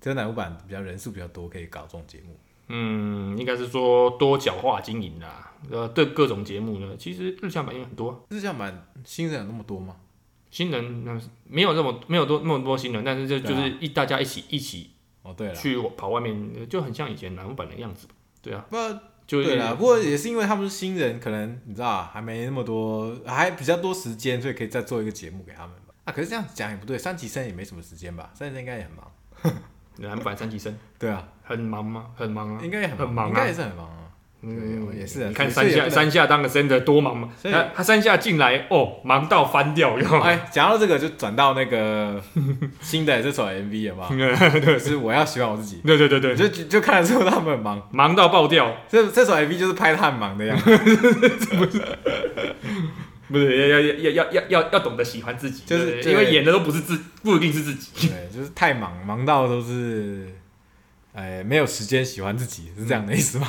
只有哪个版比较人数比较多，可以搞这种节目？嗯，应该是说多角化经营啦，呃，对各种节目呢，其实日向版也很多啊，日向版新人有那么多吗？新人那没有那么没有多那么多新人，但是就对就啊是一大家一起一起哦，对了，去跑外啊面，就很像以前南木板的样子吧。对啊，不知道就对啦，不过也是因为他们是新人，可能你知道啊还没那么多，还比较多时间，所以可以再做一个节目给他们吧。啊，可是这样讲也不对，三级生也没什么时间吧？三级生应该也很忙。南木板三级生对啊，很忙吗？很忙啊应，该也很忙啊应该也是很忙啊。嗯，对也是啊你看所以山也不下能山下当个真的多忙嘛，所以他他山下进来哦，忙到翻掉，你知 *laughs* 道吗？哎，讲到这个就转到那个 *laughs* 新的这首 MV 了吧？就是我要喜欢我自己，对对对对，就就就看得出他们很忙。忙到爆掉，这这首 MV 就是拍他很忙的样子，不是要要要要要要懂得喜欢自己，就是对对因为演的都不是自，不一定是自己。对，就是太忙，忙到都是，哎，没有时间喜欢自己，是这样的意思吗？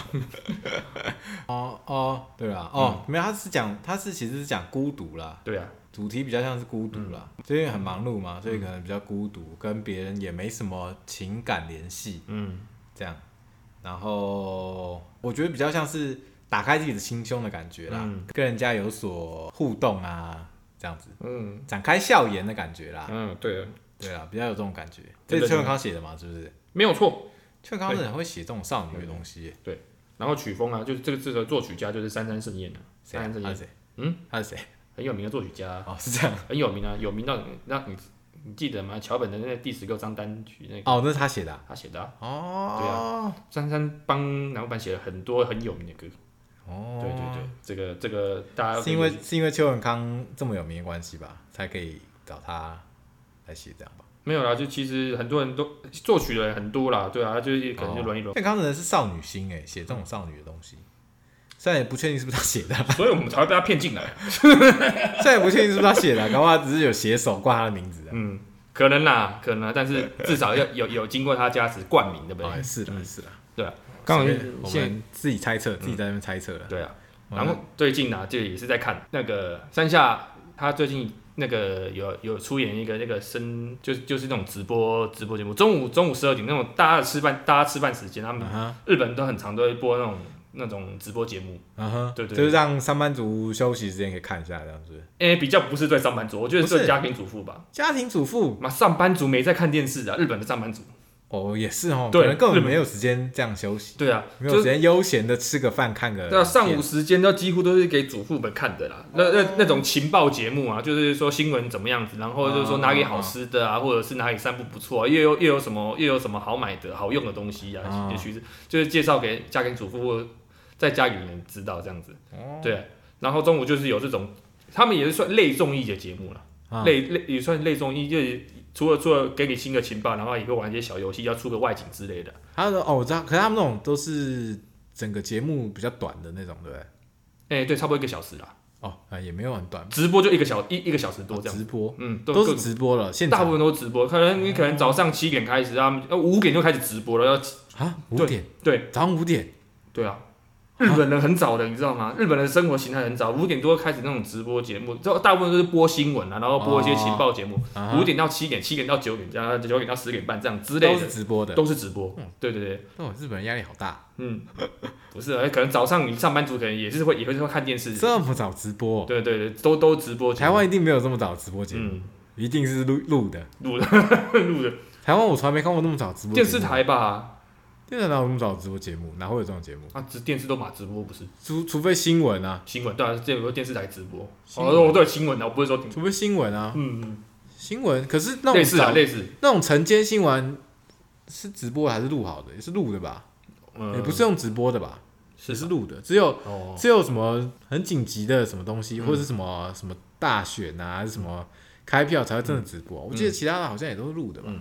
*laughs* 哦哦，对啦，哦，没有，他是讲，他是其实是讲孤独啦，对啊，主题比较像是孤独啦，就因为很忙碌嘛，所以可能比较孤独，跟别人也没什么情感联系，嗯这样。然后我觉得比较像是打开自己的心胸的感觉啦，嗯跟人家有所互动啊，这样子嗯展开笑颜的感觉啦。嗯，对啊，对啦，比较有这种感觉。这对是对邱永康写的嘛？是不是？没有错。邱永康真的很会写这种少女的东西耶。然后曲风啊，就是这个这个作曲家就是三山盛彦啊，谁啊？三山盛他彦是谁？嗯，他是谁？很有名的作曲家啊，哦，是这样。很有名啊，有名到你让你你记得吗？桥本的那第十六张单曲那个哦，那是他写的啊、他写的、啊，哦，珊珊帮南木板写了很多很有名的歌。对啊，哦，对对对，这个这个大家是因为是因为邱永康这么有名的关系吧，才可以找他来写这样吧？没有啦，就其实很多人都作曲的人很多啦，对啊，就是可能就轮一轮。邱永康真的是少女心哎，写这种少女的东西，虽然也不确定是不是他写的， *laughs* 啊所以我们才会被他骗进来。 *laughs* 虽然也不确定是不是他写的，搞不好只是有写手挂他的名字啊。嗯，可能啦，可能啦，但是至少 *laughs* 要有有经过他加持冠名，对不哦，也对？是的，是的。对啊，刚好随便我现们自己猜测，自己在那边猜测了。对啊，嗯然后最近啊，就也是在看那个山下，他最近那个有有出演一个那个深，就是就是那种直播直播节目，中午中午十二点那种大家吃饭大家吃饭时间，他们啊哈，日本都很常都会播那种那种直播节目，嗯哼，对对就是让上班族休息时间可以看一下，这样子。哎、比较不是对上班族，我觉得不是是对家庭主妇吧。家庭主妇嘛，上班族没在看电视啊，嗯日本的上班族。哦，也是哦，对可能根本日本没有时间这样休息，对啊，没有就时是间悠闲的吃个饭，看个对啊，上午片时间都几乎都是给主妇们看的啦。那哦那那种情报节目啊，就是说新闻怎么样子，然后就是说哪里好吃哦的啊，或者是哪里散步不错、啊，又有又有什么又有什么好买的好用的东西啊哦，也许是就是介绍给家庭主妇或在家里人知道这样子。对啊、然后中午就是有这种，他们也是算类综艺的节目了。啊类类也算类综艺，就是除了除了给你新的情报，然后也会玩一些小游戏，要出个外景之类的。他说哦，我知道，可是他们那种都是整个节目比较短的那种，对不对？哎、对，差不多一个小时啦，哦，啊，也没有很短，直播就一个小一一个小时多哦这样。直播嗯，都各是直播了，现大部场分都直播，可能你可能早上七点开始，他们呃五点就开始直播了。要起啊，五点对早上五点，对啊，日本人很早的，你知道吗？日本人生活形态很早，五点多开始那种直播节目，这大部分都是播新闻啊，然后播一些情报节目，五、啊哈点到七点，七点到九点，加九点到十点半这样之类都的是，直播的。都是直播。对对对，哦，日本人压力好大，嗯， *laughs* 不是啊，可能早上你上班族可能也是会也会看电视，这么早直播哦，对对对，都都直播节目台湾一定没有这么早直播节目，嗯一定是录录的。录的 *laughs* 录的台湾我从来没看过那么早直播节电目视，台吧，电视台哪有那么早直播节目？哪会有这种节目？啊，直电视都把直播不是除除非新闻啊，新闻，对啊，这有个电视台直播，新闻哦，我对新闻的，我不是说除非新闻啊，嗯嗯新闻。可是那类种似啊早类似，那种晨间新闻是直播还是录好的？也是录的吧？嗯，也不是用直播的吧？是也嗯是啊是录的，只有哦，嗯只有什么很紧急的什么东西，或者是什么什么大选啊，还是什么开票才会真的直嗯播。我记得其他的好像也都是录的吧？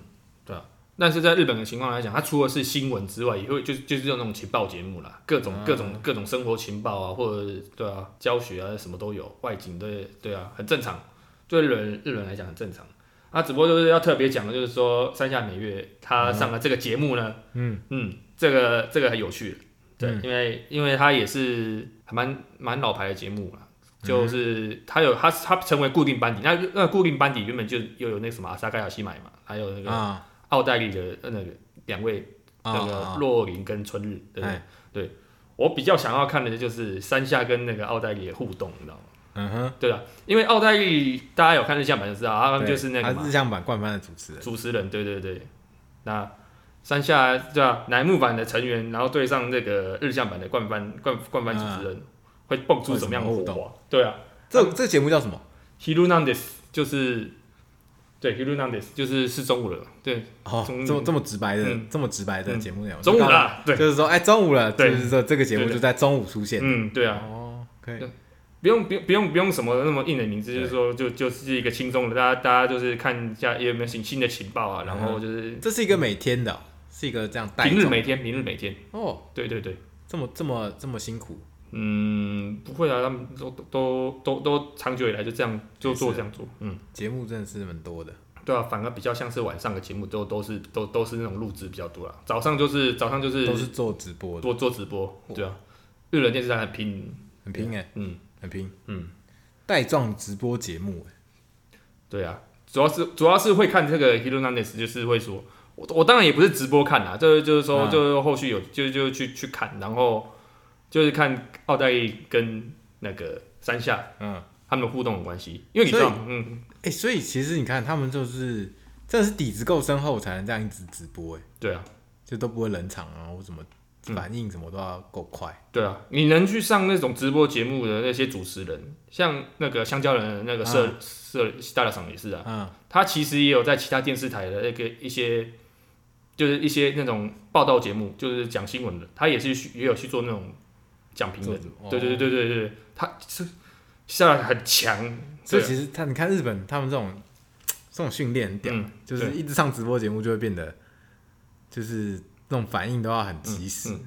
但是在日本的情况来讲，它除了是新闻之外，也会就是就是这种情报节目啦，各种各种各种生活情报啊，或者对啊，教学啊，什么都有，外景对对啊，很正常，对日本日本来讲很正常。啊，只不过就是要特别讲的，就是说山下美月她上了这个节目呢，嗯嗯，这个这个很有趣，对，因为因为她也是还蛮蛮老牌的节目啦。就是她有她她成为固定班底，那那固定班底原本就又有那个什么阿萨盖亚西买嘛，还有那个啊奥黛丽的呃那个两位啊那个啊！洛林跟春日，对不对哎，对。我比较想要看的就是山下跟那个奥黛丽的互动，你知道吗？嗯哼，对啊，因为奥黛丽大家有看日向版就知道，啊他们对就是那个他嘛日向版冠班的主持人，主持人，对对对。那山下对吧、乃木坂的成员，然后对上那个日向版的冠番冠冠番主持人，会蹦出什么样的嗯会有火什么花？对啊这这节目叫什么？ ，Hirunandes 就是对 Hirunandes 就是是中午了，对，哦，中午这么这么直白的嗯，这么直白的嗯节目内容，中午就哦刚了，对，就是说，哎，中午了，就对是说这个节目对对就在中午出现。嗯，对啊，哦，可以对，不用不用不用不用什么那么硬的名字，对就是说就就是一个轻松的，大家大家就是看一下有没有新新的情报啊，然后就是这是一个每天的哦，是一个这样嗯带平日状每天平日每天，哦，对对对，这么这么这么辛苦，嗯，不会啊，他们都都都都长久以来就这样就做也是这样做，嗯，节目真的是蛮多的。对啊，反而比较像是晚上的节目都都是都都是那种录制比较多啦，早上就是早上就都是是做直播的，做做直播，对啊，日本电视台很拼，很拼哎，嗯很拼，嗯，带状直播节目哎，对啊，主要是主要是会看这个 h i r o n a n d e s 就是会说，我我当然也不是直播看啦，就是就是说，嗯就是后续有就就去去看，然后就是看奥黛丽跟那个山下嗯，他们的互动的关系，因为你知道，嗯，哎，所以其实你看他们就是真的是底子够深厚才能这样一直直播哎，对啊，就都不会冷场啊，或什么嗯反应什么都要够快，对啊，你能去上那种直播节目的那些主持人，像那个香蕉人的那个社、社大家赏也是啊，嗯，他其实也有在其他电视台的那个一些，就是一些那种报道节目，就是讲新闻的，他也是去也有去做那种讲评做哦论直。播对对对对对对，他是下来很强，所对以啊其实他，你看日本他们这种这种训练很屌，嗯就是一直上直播节目就会变得，就是那种反应都要很及时。嗯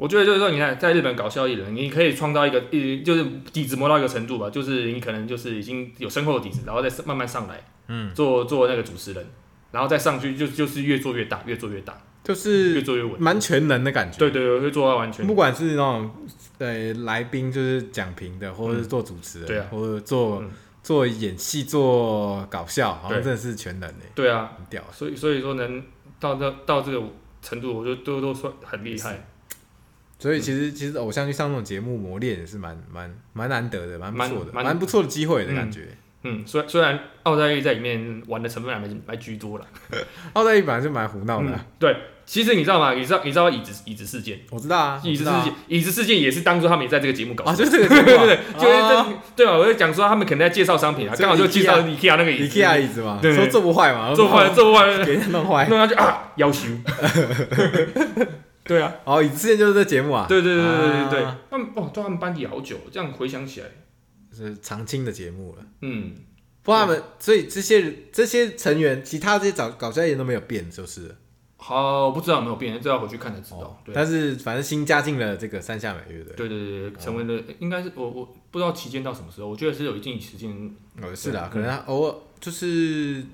我觉得就是说，你看在日本搞笑艺人，你可以创造一个一就是底子磨到一个程度吧，就是你可能就是已经有深厚的底子，然后再慢慢上来，嗯，做做那个主持人，然后再上去就就是越做越大，越做越大，就越是做越稳。蛮全能的感觉。对对对，会做到完全不管是那种呃来宾就是讲评的，或者是做主持人，对啊或者做、嗯做演戏、做搞笑，好像对真的是全能诶、对啊，很屌啊。所以所以说能到这到这个程度，我就都都算很厉害。所以其嗯实其实偶像去上那种节目磨练也是蛮蛮蛮难得的，蛮不错的，蛮蛮蛮不错的机会的感觉。嗯，虽虽然奥黛丽在里面玩的成分还蛮蛮居多了，奥黛丽本来就蛮胡闹的啊、嗯，对，其实你知道吗？你知道你知道椅子椅子事件，我知道啊，椅我子知事道啊件，椅子事件也是当初他们也在这个节目搞啊，出就来是这个节目啊、对对对， *laughs* 就是啊这对吧？我就讲说他们可能在介绍商品啊，这个刚好就介绍 IKEA IKEA 那个椅子 IKEA 哎椅子嘛，对说做不坏嘛，哦做坏了做坏了，给人家弄坏。那他就啊要 *laughs* 求，对啊，哦，椅子事件就是这节目啊，对对对对对对啊，他们哦，对他们班底好久，这样回想起来，是常青的节目了。嗯，不过他们，所以这些人这些成员，其他这些搞搞笑艺人都没有变，就是了好，我不知道有没有变，这要回去看才知哦道。对，但哦是反正新加进了这个山下美月的，对对对对，成为了应该是我我不知道期间到什么时候，我觉得是有一定时间，哦是的，可能他偶尔就是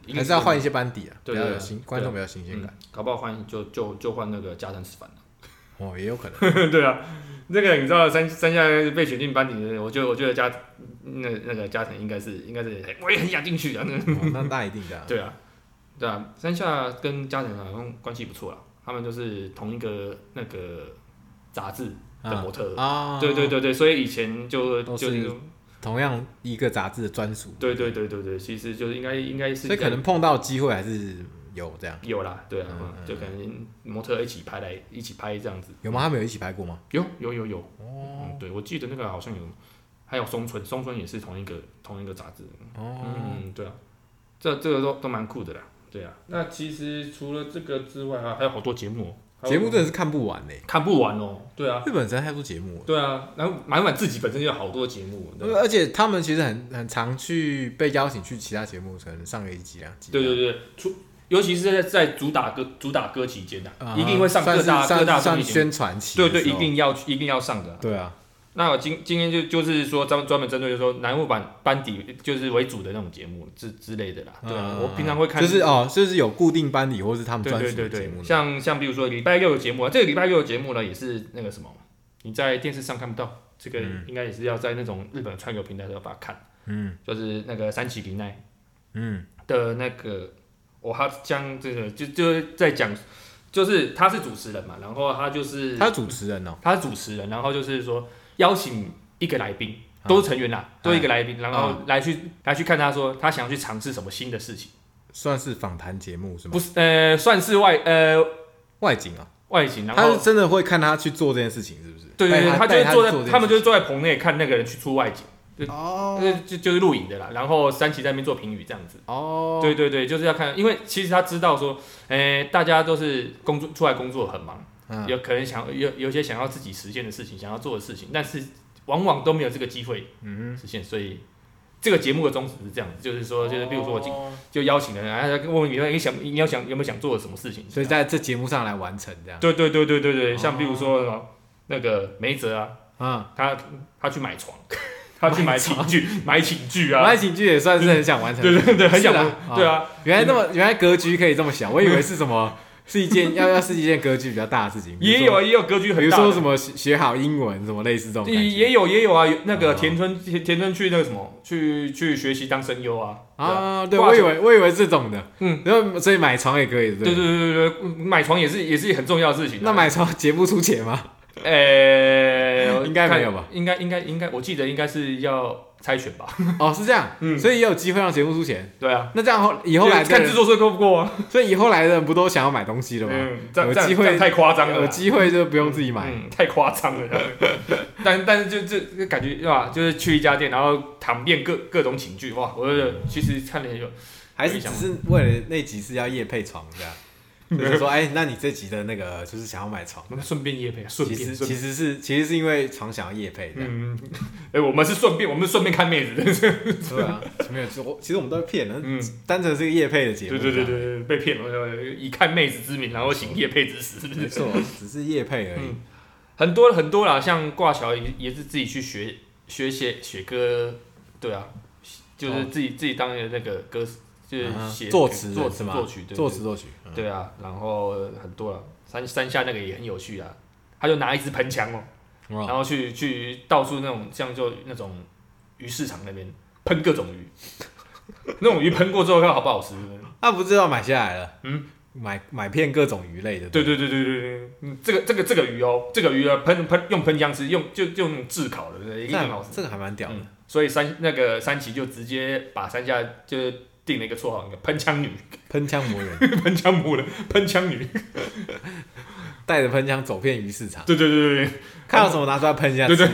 一定嗯是还是要换一些班底啊，比对较对有对新对观众比较新鲜嗯感。，搞不好换就就就换那个加藤史凡 *laughs* 了。嗯哦，也有可能对啊，那个你知道三三下被选进班底的，我就我觉得加那那个加藤应该是应该是我也很想进去啊，那个哦，那那一定的啊。 *laughs* 对啊，对啊，山下跟加藤好像关系不错啦，他们就是同一个那个杂志的模特儿。啊，对对，对对，所以以前就都就是是同样一个杂志的专属，对对对对对，其实就是应该应该是所以可能碰到机会还是有这样。有啦，对啊，嗯就可能模特儿一起拍来一起拍这样子，有吗？他们有一起拍过吗？有有有有，哦、嗯，对我记得那个好像有，还有松村，松村也是同一个同一个杂志，哦，嗯，对啊，这这个都都蛮酷的啦，对啊。那其实除了这个之外，还还有好多节目哦、还有节目真的是看不完呢。看不完哦。对啊，日本真的太多节目了，对啊，然后满满自己本身就有好多节目，对啊而且他们其实很很常去被邀请去其他节目，可能上个一集两集。啊对对对，除尤其是在在主打歌主打歌期间呐、啊，一定会上各大算各是算大综算艺节目，宣传期的对时候，对，一定要一定要上的啊、对啊，那我今今天就就是说专专门针对就是说男木版班底就是为主的那种节目之之类的啦，对啊，嗯我平常会看就是哦，就是有固定班底或是他们对专对属的对节对目，的。像像比如说礼拜六的节目啊，这个礼拜六的节目呢也是那个什么，你在电视上看不到，这个应该也是要在那种日本的串流平台上把它看，嗯就是那个三崎林奈嗯的那个，我他将这个就就在讲，就是他是主持人嘛，然后他就是他主持人哦，他是主持人，然后就是说邀请一个来宾，啊都是成员啦，都一个来宾，然后来去来去看他说他想要去尝试什么新的事情，算是访谈节目是吗？不是呃算是外呃外景啊，外景，然他后是真的会看他去做这件事情，是不是？对对对，带他他就是坐带在去他们就做是坐在棚内看那个人去出外景，这件事情哦那就就是录影的啦，然后三崎在那边做评语这样子。哦，对对对，就是要看，因为其实他知道说，诶、大家都是工作出来工作很忙，嗯有可能想有有些想要自己实现的事情，想要做的事情，但是往往都没有这个机会嗯实现，所以这个节目的宗旨是这样子，就是说，就是比如说我今哦就邀请人，哎，问问你说你想你要想有没有想做的什么事情，所以在这节目上来完成这样，对对对对对对，嗯哦像比如说什么那个梅泽啊，嗯，他他去买 *laughs* 床，他去买寝具，买寝具啊，外景剧也算是很想完成，对对对，很想是啊对啊，原来那么原来格局可以这么小，我以为是什么是一件要要是一件格局比较大的事情，比如也说有啊也有格局 *laughs* 比很如大的说什么学学好英文什么类似这种感也觉也有也有啊，有那个哦田村田田村去那个什么，去去学习当声优啊。啊，对挂我以着为我以为是这种的，嗯，然后所以买床也可以，对不对对对对，嗯买床也是也是很重要的事情啊。那买床节目出钱吗？ *laughs* 呃，应该没看有吧？应该应该应该，我记得应该是要猜拳 *laughs* 吧？哦，是这样，嗯所以也有机会让节目出钱。对啊，那这样后以后来的看制人，作社够不够啊？所以以后来的人不都想要买东西了吗？嗯，这样有这样机会这样太夸张了有啦，机会就不用自己买，嗯，太夸张了啦。 *laughs* 但但是就这这感觉对吧？就是去一家店，然后躺遍各各种寝具，哇！我就其实看了有还是只是为了那集是要夜配床这样？就是说，哎，那你这集的那个就是想要买床，我们顺便夜配啊，顺其便实顺便其实是其实是因为床想要夜配的，嗯，哎、我们是顺便，我们是顺便看妹子的，对啊，没有，其实我其实我们都被骗了，嗯，单纯是个夜配的节对目，对对对，对，被骗了，呃以看妹子之名，然后行夜配之实，没错，只是夜配而已。嗯很多很多啦，像挂桥也也是自己去学学写写歌，对啊，就是自己、自己当那个歌，就是啊写、哦作词作人是吗？作曲对作词作曲，嗯对啊，然后很多了，山山下那个也很有趣啊，他就拿一支喷枪哦，嗯哇然后去去到处那种像就那种鱼市场那边喷 *laughs* 各种鱼，那种鱼喷过之后看好不好吃。啊那不知道买下来了，嗯，买买遍各种鱼类的。对不对对对对对，嗯，这个这个这个鱼哦，这个鱼啊，喷喷用喷枪吃，用就就用炙烤的，对对，一定这很好个吃。这个还蛮屌的。嗯所以三那个三崎就直接把山下就定了一个绰号，喷枪女、 *laughs* 喷枪魔人喷枪魔人、喷枪女。 *laughs* 带着喷枪走遍鱼市场，对对对对对，看到什么拿出来喷一下。对对，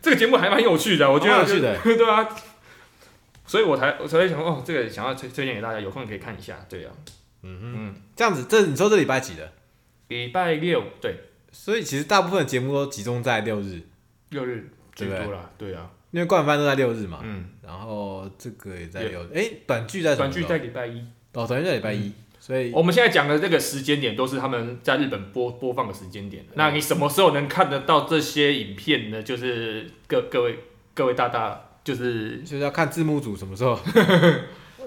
这个节目还蛮有趣的，啊我觉得蛮有趣的 *laughs* 对啊。所以我才我才会想哦，这个想要推推荐给大家，有空可以看一下。对啊，这样子，这你说这礼拜几的？礼拜六对所以其实大部分的节目都集中在六日，六日居对不对啊多啦，对啊，因为惯番都在六日嘛。嗯，然后这个也在也六日，哎，短剧在什短么时剧候在礼拜一。哦，短剧在礼拜一，所以我们现在讲的这个时间点都是他们在日本播播放的时间点。那你什么时候能看得到这些影片呢？就是各各位各位大大，就是就是要看字幕组什么时 *laughs* 候。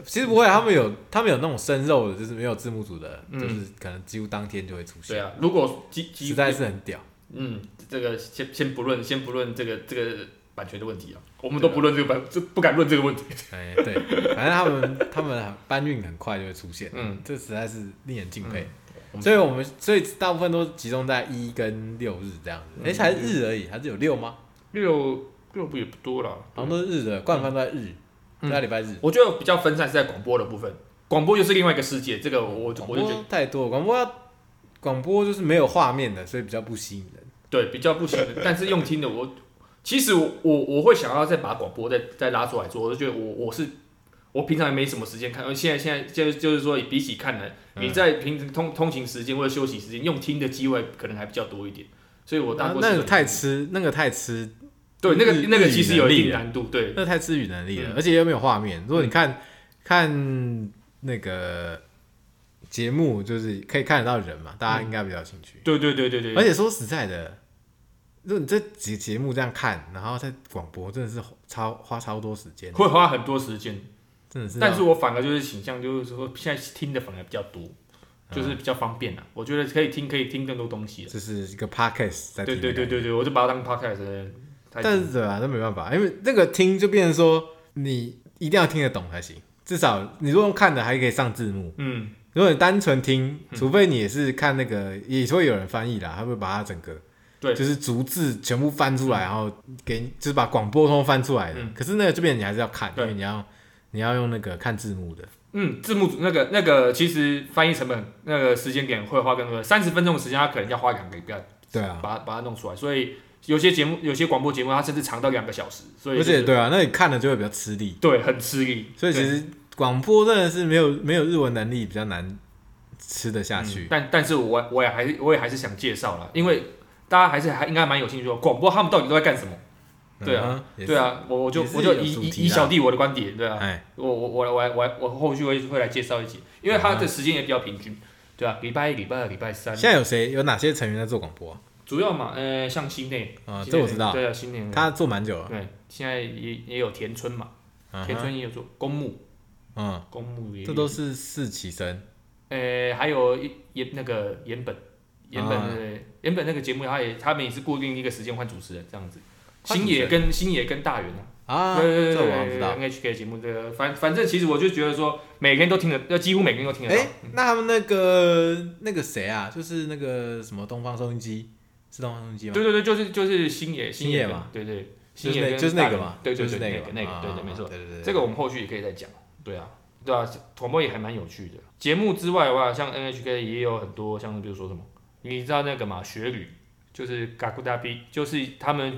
其实不会，他们有他们有那种生肉的，就是没有字幕组的，嗯就是可能几乎当天就会出对现，啊，如果几实几在是很屌。嗯，这个先先不论，先不论这个这个版权的问题啊，我们都不论这个版，这不敢论这个问题。哎，对，反正他们他们搬运很快就会出现，嗯，这实在是令人敬佩。我们所以我们所以大部分都集中在一跟六日这样嗯子，哎、才日而已，还是有六吗？六六部也不多了，好像都是日的，惯犯都在日，嗯都在礼拜日。我觉得比较分散是在广播的部分，广播又是另外一个世界，这个我广我就觉得播太多，广播要广播就是没有画面的，所以比较不吸引人。对比较不行的，但是用听的我其实我我我会想要再把广播再再拉出来做，我就觉得我我是。我平常也没什么时间看，而现在现在就是就是说，比起看呢，嗯你在平时通通勤时间或者休息时间用听的机会可能还比较多一点，所以我大那多啊那数个太吃，那个太吃，对，那个日那个日语其实有一能定力啊难度，对，那个太吃语能力了，嗯而且又没有画面。如果你看、看那个节目，就是可以看得到人嘛，大家应该比较有兴趣。对对对对对，而且说实在的，如果你这几节目这样看，然后在广播，真的是超花超多时间，会花很多时间，真的是要。但是我反而就是倾向就是说，现在听的反而比较多，嗯就是比较方便啊。我觉得可以听，可以听更多东西了。这是一个 podcast 在对听，对对。对对，我就把它当 podcast 在听。但是对啊，那没办法，因为那个听就变成说你一定要听得懂才行。至少你如果用看的还可以上字幕，嗯，如果你单纯听，除非你也是看那个，也会有人翻译啦，他会把它整个对就是逐字全部翻出来，然后给就是把广播通翻出来的。嗯可是那个这边你还是要看，因对为你要你要用那个看字幕的。嗯，字幕组那个那个其实翻译成本那个时间点会花更多，三十分钟的时间，他可能要花两个礼拜对啊，把它把它弄出来，所以。有些节目，有些广播节目，它甚至长到两个小时，所以而就是且对啊，那你看了就会比较吃力。对很吃力。所以其对实广播真的是没有没有日文能力比较难吃得下去。但但是我我也还是我也还是想介绍了，因为大家还是还应该蛮有兴趣的。广播他们到底都在干什么？对啊嗯哼，也是对，啊，我我就也是我就有以主以题以啦小弟我的观点，对啊，哎，我我我我我我后续会会来介绍一集，因为它的时间也比较平均，对啊，礼拜一、礼拜二、礼拜三，现在有谁有哪些成员在做广播啊主要嘛，呃，像新内啊？新这内我知道，对啊，新内他做蛮久了。对，现在也也有田村嘛，嗯田哼村也有做公墓，嗯，公墓也有这都是四起生。呃，还有一也那个岩本，岩本、啊呃岩本那个节目，他也他们也是固定一个时间换主持人这样子。换主星持野人跟星野跟大圆啊，啊，对对这我对好像知道。 NHK 节目这个，反反正其实我就觉得说，每天都听得，呃，几乎每天都听得到。哎，那他们那个那个谁啊，就是那个什么东方收音机，是东方收音机吗？对对对，就是就是星野星野野嘛嘛，对对，就星是野那跟就是那大个圆嘛，对对就是对，那个个那嘛个，对对没错啊，对对对，这个我们后续也可以再讲，对啊。对啊，广播也还蛮有趣的。节目之外的话，像 NHK 也有很多，像是比如说什么，你知道那个嘛，学旅就是嘎咕大 B，就是他们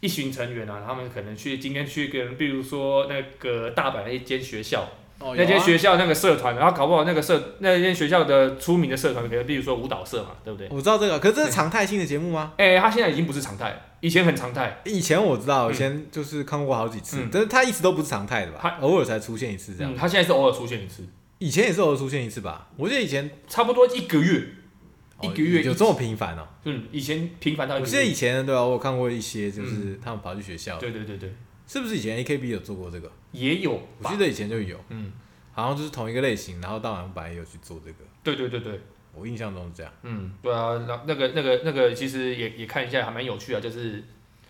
一群成员啊，他们可能去今天去跟，比如说那个大阪的一间学校，哦那有间，啊学校那个社团，然后搞不好那个社那间学校的出名的社团，可能比如说舞蹈社嘛，对不对？我知道这个，可是这是常态性的节目吗？哎、他现在已经不是常态了，以前很常态。以前我知道，嗯以前就是看过好几次，嗯但是它一直都不是常态的它吧？偶尔才出现一次这样。嗯，他现在是偶尔出现一次，以前也是偶尔出现一次吧？我记得以前差不多一个月，一个月哦有一这么频繁哦。嗯，以前频繁到一我个记得月。嗯以前对吧？啊我有看过一些，就是他们跑去学校，对对对对，是不是以前 AKB 有做过这个？也有我吧记？得以前就有，嗯，好像就是同一个类型，然后大晚白也有去做这个。对对对对，我印象中是这样。嗯，对啊，那那个那个那个，啊其实也也看一下，还蛮有趣的，就是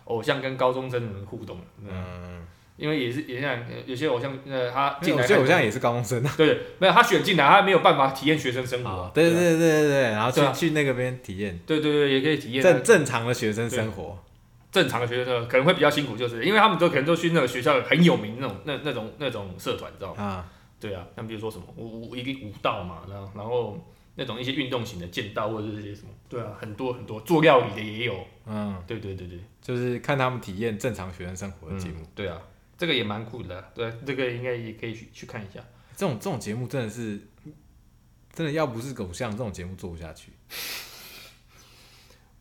偶像跟高中生的互动。嗯，嗯，因为也是也像有些偶像呃他没有进我来觉得看我现在也是高中生啊。对对没有他选进来他没有办法体验学生生活 *laughs* 啊，对啊对对对对，然后去对啊去那个边体验对对对也可以体验啊正正常的学生生活。正常的学生生活可能会比较辛苦，就是因为他们都可能都去那个学校很有名那种那那种那种社团，你知道吗？啊，对啊，像比如说什么舞舞一定舞蹈嘛，然后然后那种一些运动型的剑道或者是一些什么，对啊，很多很多做料理的也有，嗯，对对对对，就是看他们体验正常学生生活的节目。对啊，这个也蛮酷的啊，对啊，这个应该也可以去去看一下。这种这种节目真的是，真的要不是偶像，这种节目做不下去。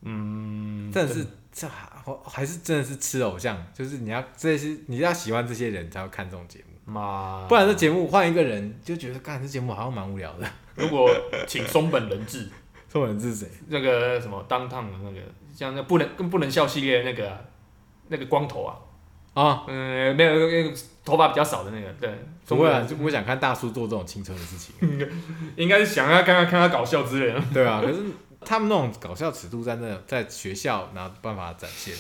嗯，真的是这还还是真的是吃偶像，就是你要这些你要喜欢这些人才会看这种节目，妈，不然这节目换一个人就觉得，干这节目好像蛮无聊的。 *laughs* 如果请松本人志这种人是谁？那个什么当烫的那个，像那不能跟不能笑系列的那个啊、那个光头啊，啊，嗯，没有那个头发比较少的那个，对，不松会本啊，人就不想看大叔做这种青春的事情， *laughs* 应该是想要看看看他搞笑之类的。对啊，可是他们那种搞笑尺度在那在学校哪有办法展现？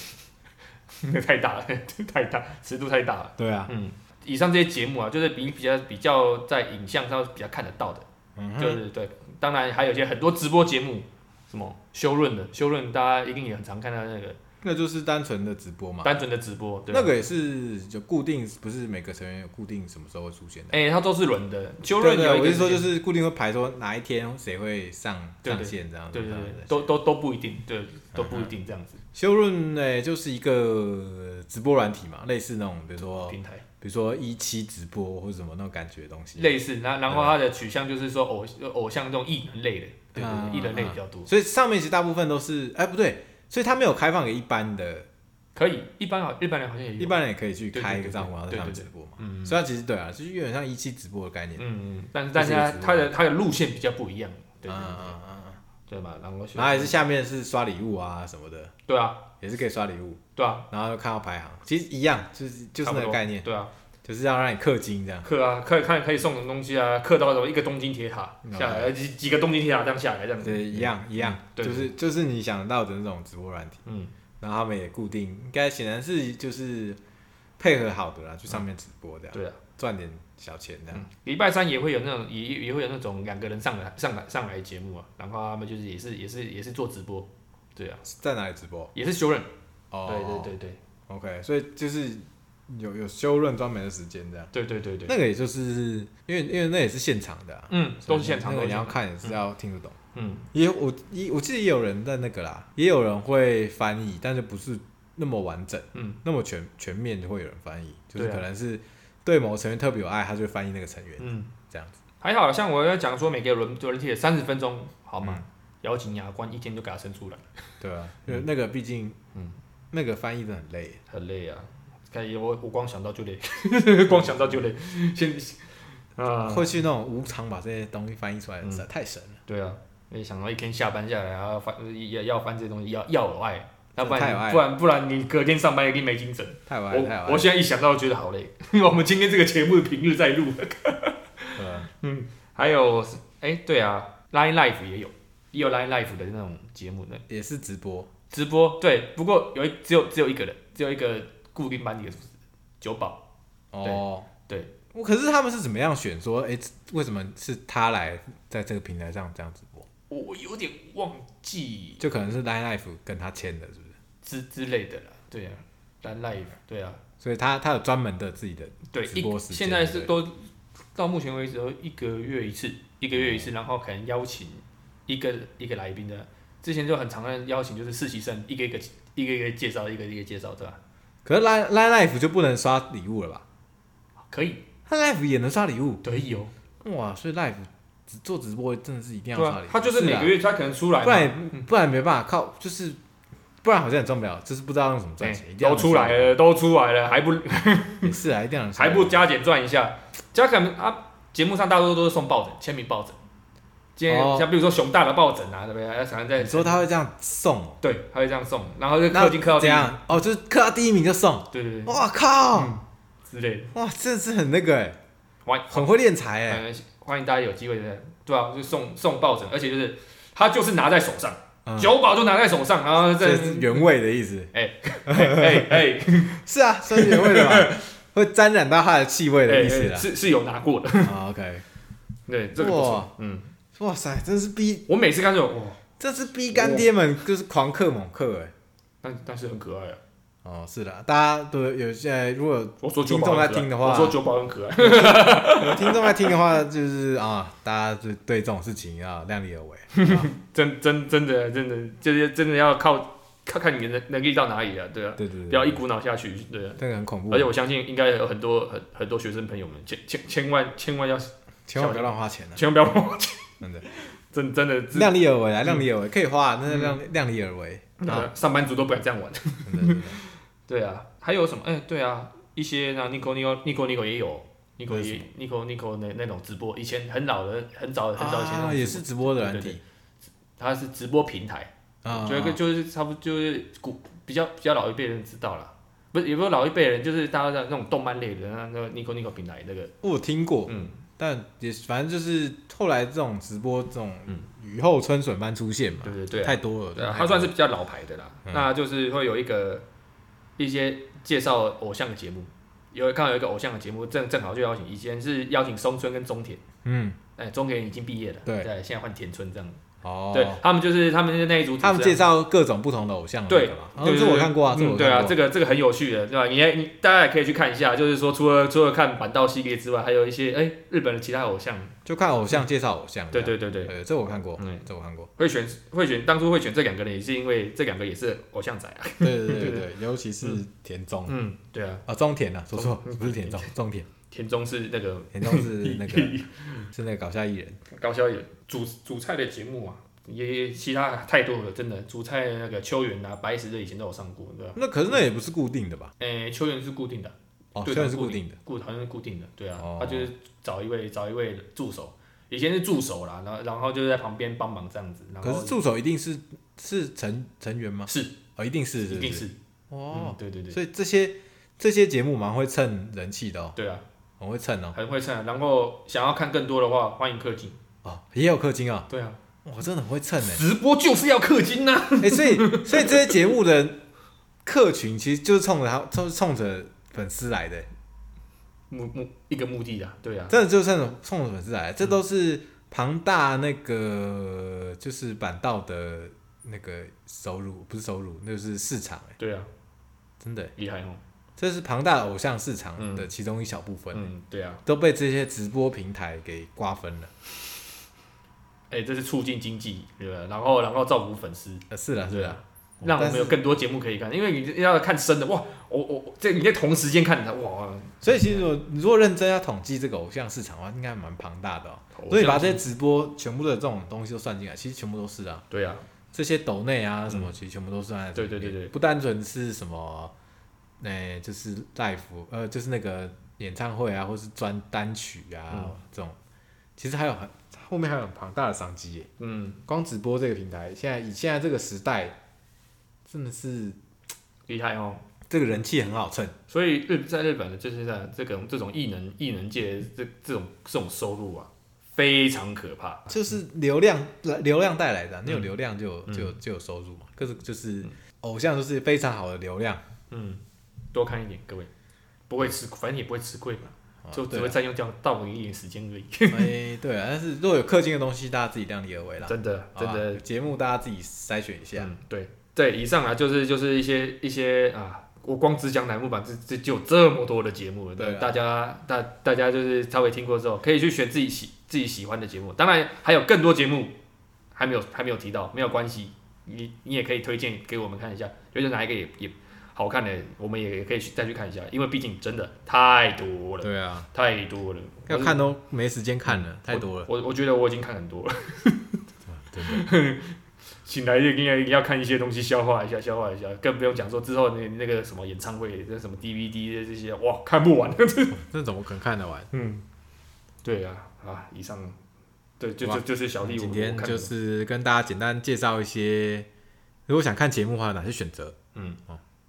那 *laughs* 太大了， *laughs* 太大，尺度太大了。对啊，嗯，以上这些节目啊，就是比比较比较在影像上比较看得到的，嗯就是对。当然还有一些很多直播节目，什么修润的修润，大家一定也很常看到那个那就是单纯的直播嘛。单纯的直播，对吧那个也是就固定，不是每个成员有固定什么时候会出现的。哎、它都是轮的。修对润对，有一我个是说就是是固定会排说哪一天谁会上对上对线这样子。对对这对样子，都都都不一定，对，都不一定这样子。修润呢哎就是一个直播软体嘛，类似那种比如说平台比如说一期直播或者什么那种感觉的东西。类似，然然后它的取向就是说偶偶像这种艺人类的，对对嗯对，艺人类比较多。所以上面其实大部分都是，哎、不对，所以它没有开放给一般的，可以，一般好，日本人好像也有。一般人也可以去开一个对对对对账户然后在上面对直对播嘛。嗯，所以它其实对啊，就是有点像一期直播的概念。嗯，但是这但是是一个它直播它的它的路线比较不一样，对嗯嗯对对嗯嗯嗯。对吧？然后然后也是下面是刷礼物啊什么的，对啊也是可以刷礼物，对啊，然后看到排行，其实一样，就是就是差不那个多概念，对啊，就是要让你氪金这样。刻啊刻看可以送什么东西啊，刻到什么一个东京铁塔嗯下来，呃几几个东京铁塔这样下来这样子，对，一样一样，嗯对就是就是你想到的那种直播软体，嗯，然后他们也固定，应该显然是就是配合好的啦，去上面直播这样，对啊，赚点小钱这样。嗯，礼拜三也会有那种也也会有那种两个人上来上来上来节目啊，然后他们就是也是也是也是做直播，对啊，在哪里直播？也是修润，对哦，对对对 OK，所以就是有有修润专门的时间这样。对对对对，那个也就是因为因为那也是现场的啊，嗯，都是现场那的个，你要看也是要听得懂。嗯，也有我一我记得也有人在那个啦，也有人会翻译，但是不是那么完整，嗯，那么全全面就会有人翻译，就是对啊可能是对某成员特别有爱，他就会翻译那个成员，嗯，这样子。还好像我要讲说每个轮轮替三十分钟好嗯吗？咬紧牙关，一天就给他生出来，对啊，因为那个毕竟，嗯，那个翻译真的很累，很累啊。看我我光想到就累， *laughs* 光想到就累。 *laughs* 现啊，嗯会去那种无偿把这些东西翻译出来，实在太神了，对啊，没想到一天下班下来，然后翻也要翻这些东西，要要有爱，要不太有爱然不然不然你隔天上班一定没精神。太有爱，太有我爱我了。现在一想到就觉得好累。 *laughs* 我们今天这个节目平日在 *laughs* 录，嗯对啊还有哎、对啊，Line Life 也有，也有 Line Life 的那种节目呢。也是直播，直播，对，不过有一只有只有一个人，只有一个固定班底的主持人九宝，哦，对对。我可是他们是怎么样选说，哎、为什么是他来在这个平台上这样直播？我我有点忘记就可能是 Line Life 跟他签的，是不是？之之类的了，对啊，Line Life，对啊，所以他他有专门的自己的对，直播一时间现在是都到目前为止都一个月一次，一个月嗯一次，然后可能邀请一个一个来宾的，之前就很常的邀请就是实习生，一个一个一个一个介绍，一个一个介绍，对吧？可是 Line Line Life 就不能刷礼物了吧？可以，他 Life 也能刷礼物，对有，哇！所以 Life 只做直播真的是一定要对刷啊礼物，，他就是每个月，月他可能出来嘛，嗯不然不然没办法靠，就是不然好像也赚不了，就是不知道用什么赚钱，哎一定要都出来了，都出来了，还不也是啊，一定要还不加减赚一下。加减啊，节目上大多都是送抱枕、签名抱枕。今天、哦像比如说熊大的抱枕啊，对不对？他常常在你说他会这样送哦，对，他会这样送，然后就那氪金氪到怎第一名，样？哦，就是氪到第一名就送，对对对哇靠！之类的。哇，这是很那个哎，欢很会练财哎，呃欢迎大家有机会的，对吧、就送送抱枕，而且就是他就是拿在手上，嗯九宝就拿在手上，然后这这是原味的意思，哎哎， *laughs* 是啊，算是原味的吧？ *laughs* 会沾染到它的气味的意思哎哎啦。是是有拿过的，啊 OK，对，这个不错哇，嗯，哇塞，真是逼，我每次看这种，哇，这是逼干爹们就是狂克猛克哎、但但是很可爱啊，哦，是的，大家都有有现在如果有我说九听宝众很在可爱听的话我说九宝很可爱，听众在听的话，就是啊，大家就对这种事情要量力而为。真真真的真的就是真的要靠看看你的能力到哪里啊，对啊，对对对，不要一股脑下去，对啊。这个很恐怖而且，我相信，应该有很多很很多学生朋友们，千千千万千万要千万不要乱花钱啊！千万不要忘记，真的， *laughs* 真真的自量力而为啊，量力嗯而为可以花啊，但是量量力而为对啊，啊上班族都不敢这样玩。真的真的。对啊，还有什么？哎、对啊，一些那 Nico Nico Nico Nico 也有，Nico 为也 Nico Nico 那那种直播，以前很老的，很早很早以前那种直 *laughs* 播、啊，也是直播的软对体它是直播平台，啊，就一个就是差不多就是古比较比较老一辈人知道了，不是也不是老一辈人，就是大家在那种动漫类的那那个 Nico Nico 平台那个，我有听过，嗯，但也反正就是后来这种直播这种雨后春笋般出现嘛，对对对啊、太多了，对太多啊，它了算是比较老牌的啦。嗯那就是会有一个一些介绍偶像的节目，有刚好有一个偶像的节目，正正好就邀请，以前是邀请松村跟中田，嗯哎，中田已经毕业了，对现在换田村这样，对哦，他们就是他们是那一组主持人，他们介绍各种不同的偶像的那对个嘛，，对哦这我看过啊，这嗯我对啊，看这过，个这个很有趣的，对吧？你也你大家也可以去看一下，就是说除了除了看板道系列之外，还有一些哎日本的其他偶像，就看偶像介绍偶像，对这样对对对，对，这我看过嗯，这我看过，会选会选当初会选这两个人，也是因为这两个也是偶像仔啊，对对对对 *laughs* 对，尤其是田中嗯，对啊，啊，中田啊，说错，不是田中，中田，田中是那个田中是 *laughs* 那个是那个搞笑艺人，高校也主主菜的节目啊，也其他太多了，真的主菜的那个秋元啊、白石的以前都有上过，对吧？那可是那也不是固定的吧？诶，秋元是固定的，哦，对虽然是它固定的，固好像是固定的，对啊，哦他就是找一位找一位助手，以前是助手啦，然后然后就是在旁边帮忙这样子，然后可是助手一定是是成成员吗？是哦，一定是，一定是是，不嗯哦，，对对对，所以这些这些节目蛮会蹭人气的哦，对啊，很会蹭哦，很会唱，然后想要看更多的话，欢迎氪金，哦，也有氪金啊，对啊，哇，真的很会蹭 *laughs* 哎，直播就是要氪金啊呐，哎，所以所以这些节目的客群其实就是冲着他冲冲着粉丝来的，欸目目一个目的啊，对啊，真的就是冲着冲着粉丝来的，这都是庞大那个就是板道的那个收入，不是收入，那就是市场哎，对啊，真的欸，厉害哦，这是庞大的偶像市场嗯的其中一小部分。欸嗯，对啊，都被这些直播平台给瓜分了。哎，这是促进经济，对吧？然后然后造福粉丝，呃，是的，是对的啊。让我但们有是，更多节目可以看，因为你要看深的哇，我我我这你在同时间看的哇，所以其实我你如果认真要统计这个偶像市场的话，应该蛮庞大的哦。偶所以像把这些直播全部的这种东西都算进来，其实全部都是啊，对啊，这些抖内啊什么，其实全部都算在这里对对对对不单纯是什么，哎、就是 live，呃，就是那个演唱会啊，或是专单曲啊、嗯这种，其实还有很后面还有很庞大的商机耶。嗯，光直播这个平台，现在以现在这个时代，真的是厉害哦。这个人气很好蹭，所以日在日本的就是在这种这种艺能艺能界的这这种这种收入啊，非常可怕。就是流量流量带来的啊、你有流量就有、嗯就有就有收入嘛。可是就是、偶像就是非常好的流量，嗯，多看一点，各位，不会吃，反正也不会吃亏嘛，啊就只对会啊占用掉到你一点时间而已。哎、对啊。但是如果有氪金的东西，大家自己量力而为啦。啊真的，好真吧的，节目大家自己筛选一下。嗯，对对，以上啊，就是就是一些一些啊，我光只讲乃木坂，这这就有这么多的节目了。对啊大家大大家就是稍微听过之后，可以去选自己喜自己喜欢的节目。当然还有更多节目还没有还没有提到，没有关系，你你也可以推荐给我们看一下，觉得哪一个也也好看的，我们也可以去再去看一下，因为毕竟真的太多了，对啊，太多了，要看都没时间看了，太多了。我我觉得我已经看很 *laughs* 多了，真 *laughs* 醒来就应该要看一些东西消化一下，消化一下，更不用讲说之后那那个什么演唱会、那什么 DVD 的这些，哇，看不 *laughs* 完。那怎么可能看得完？嗯，对啊， *laughs* 啊，以上，对，就好就吧就是小弟我今我天看就的是跟大家简单介绍一些，如果想看节目的话，有哪些选择？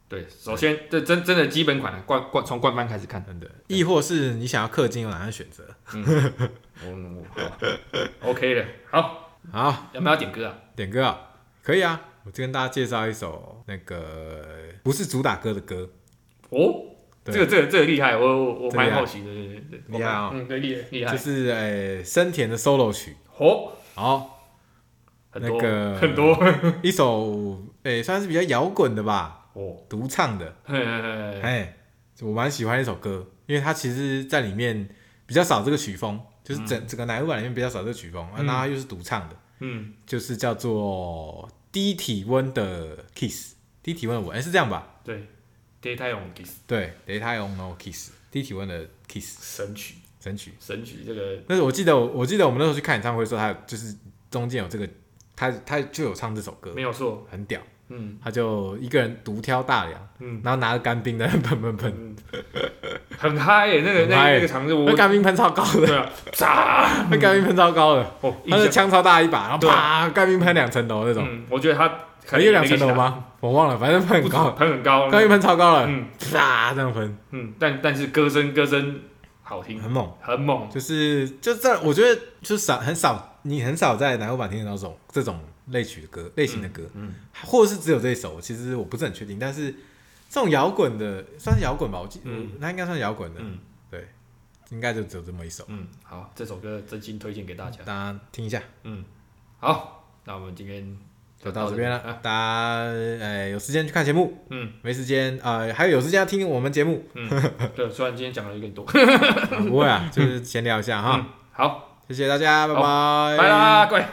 对，首先这真真的基本款啊，冠冠从冠番开始看。真的，亦或是你想要氪金有哪些选择？嗯，我好，OK 的，好，好，有没有要点歌啊？点歌啊，可以啊，我就跟大家介绍一首那个不是主打歌的歌，哦，对这个这个这个厉害，我我我这个厉蛮害好奇的，对对对，厉害哦嗯，对厉害厉害就，是诶森田的 solo 曲，哦，好，很那多个很多 *laughs* 一首诶算是比较摇滚的吧，哦，独唱的，嘿嘿嘿嘿，哎，我蛮喜欢一首歌，因为它其实在里面比较少这个曲风，就是整整个南舞版里面比较少这个曲风，啊，嗯那它又是独唱的，嗯，就是叫做低体温的 kiss，低体温的吻，哎是这样吧？对 d a y t i m 对，Daytime No 哦 Kiss，低体温的 kiss 神曲神曲。神曲这个但是我记得我，我记得我们那时候去看演唱会的时候，他有就是中间有这个，他他就有唱这首歌没，有错，很屌。嗯他就一个人独挑大梁，嗯然后拿着干冰在那喷喷喷，嗯，很嗨耶，那个很嗨那那个场子我那干冰喷超高的，对啊，炸那干冰喷超高的，哦，印他的象枪超大一把，然后对啊啪，干冰喷两层楼那种，嗯，我觉得他还有两层楼？吗？我忘了，反正喷很不止高，很很高，干冰喷超高了，嗯啪这样喷，嗯，但但是歌声歌声好听，很猛。很猛，就是就在我觉得就少很少，你很少在南欧版听得到这种这种类曲的歌类型的歌，嗯或者是只有这一首，其实我不是很确定。但是这种摇滚的算是摇滚吧，我记，嗯嗯，那应该算摇滚的，嗯对，应该就只有这么一首，嗯，好，这首歌真心推荐给大家大。家听一下，嗯，好，那我们今天就到这边啊了。大家呃有时间去看节目，嗯没时间呃还有有时间要听我们节目，嗯，对，虽然今天讲的有点多， *laughs* 啊不会啊，就是闲聊一下哈，嗯，好，谢谢大家，拜好拜，拜啦，各位。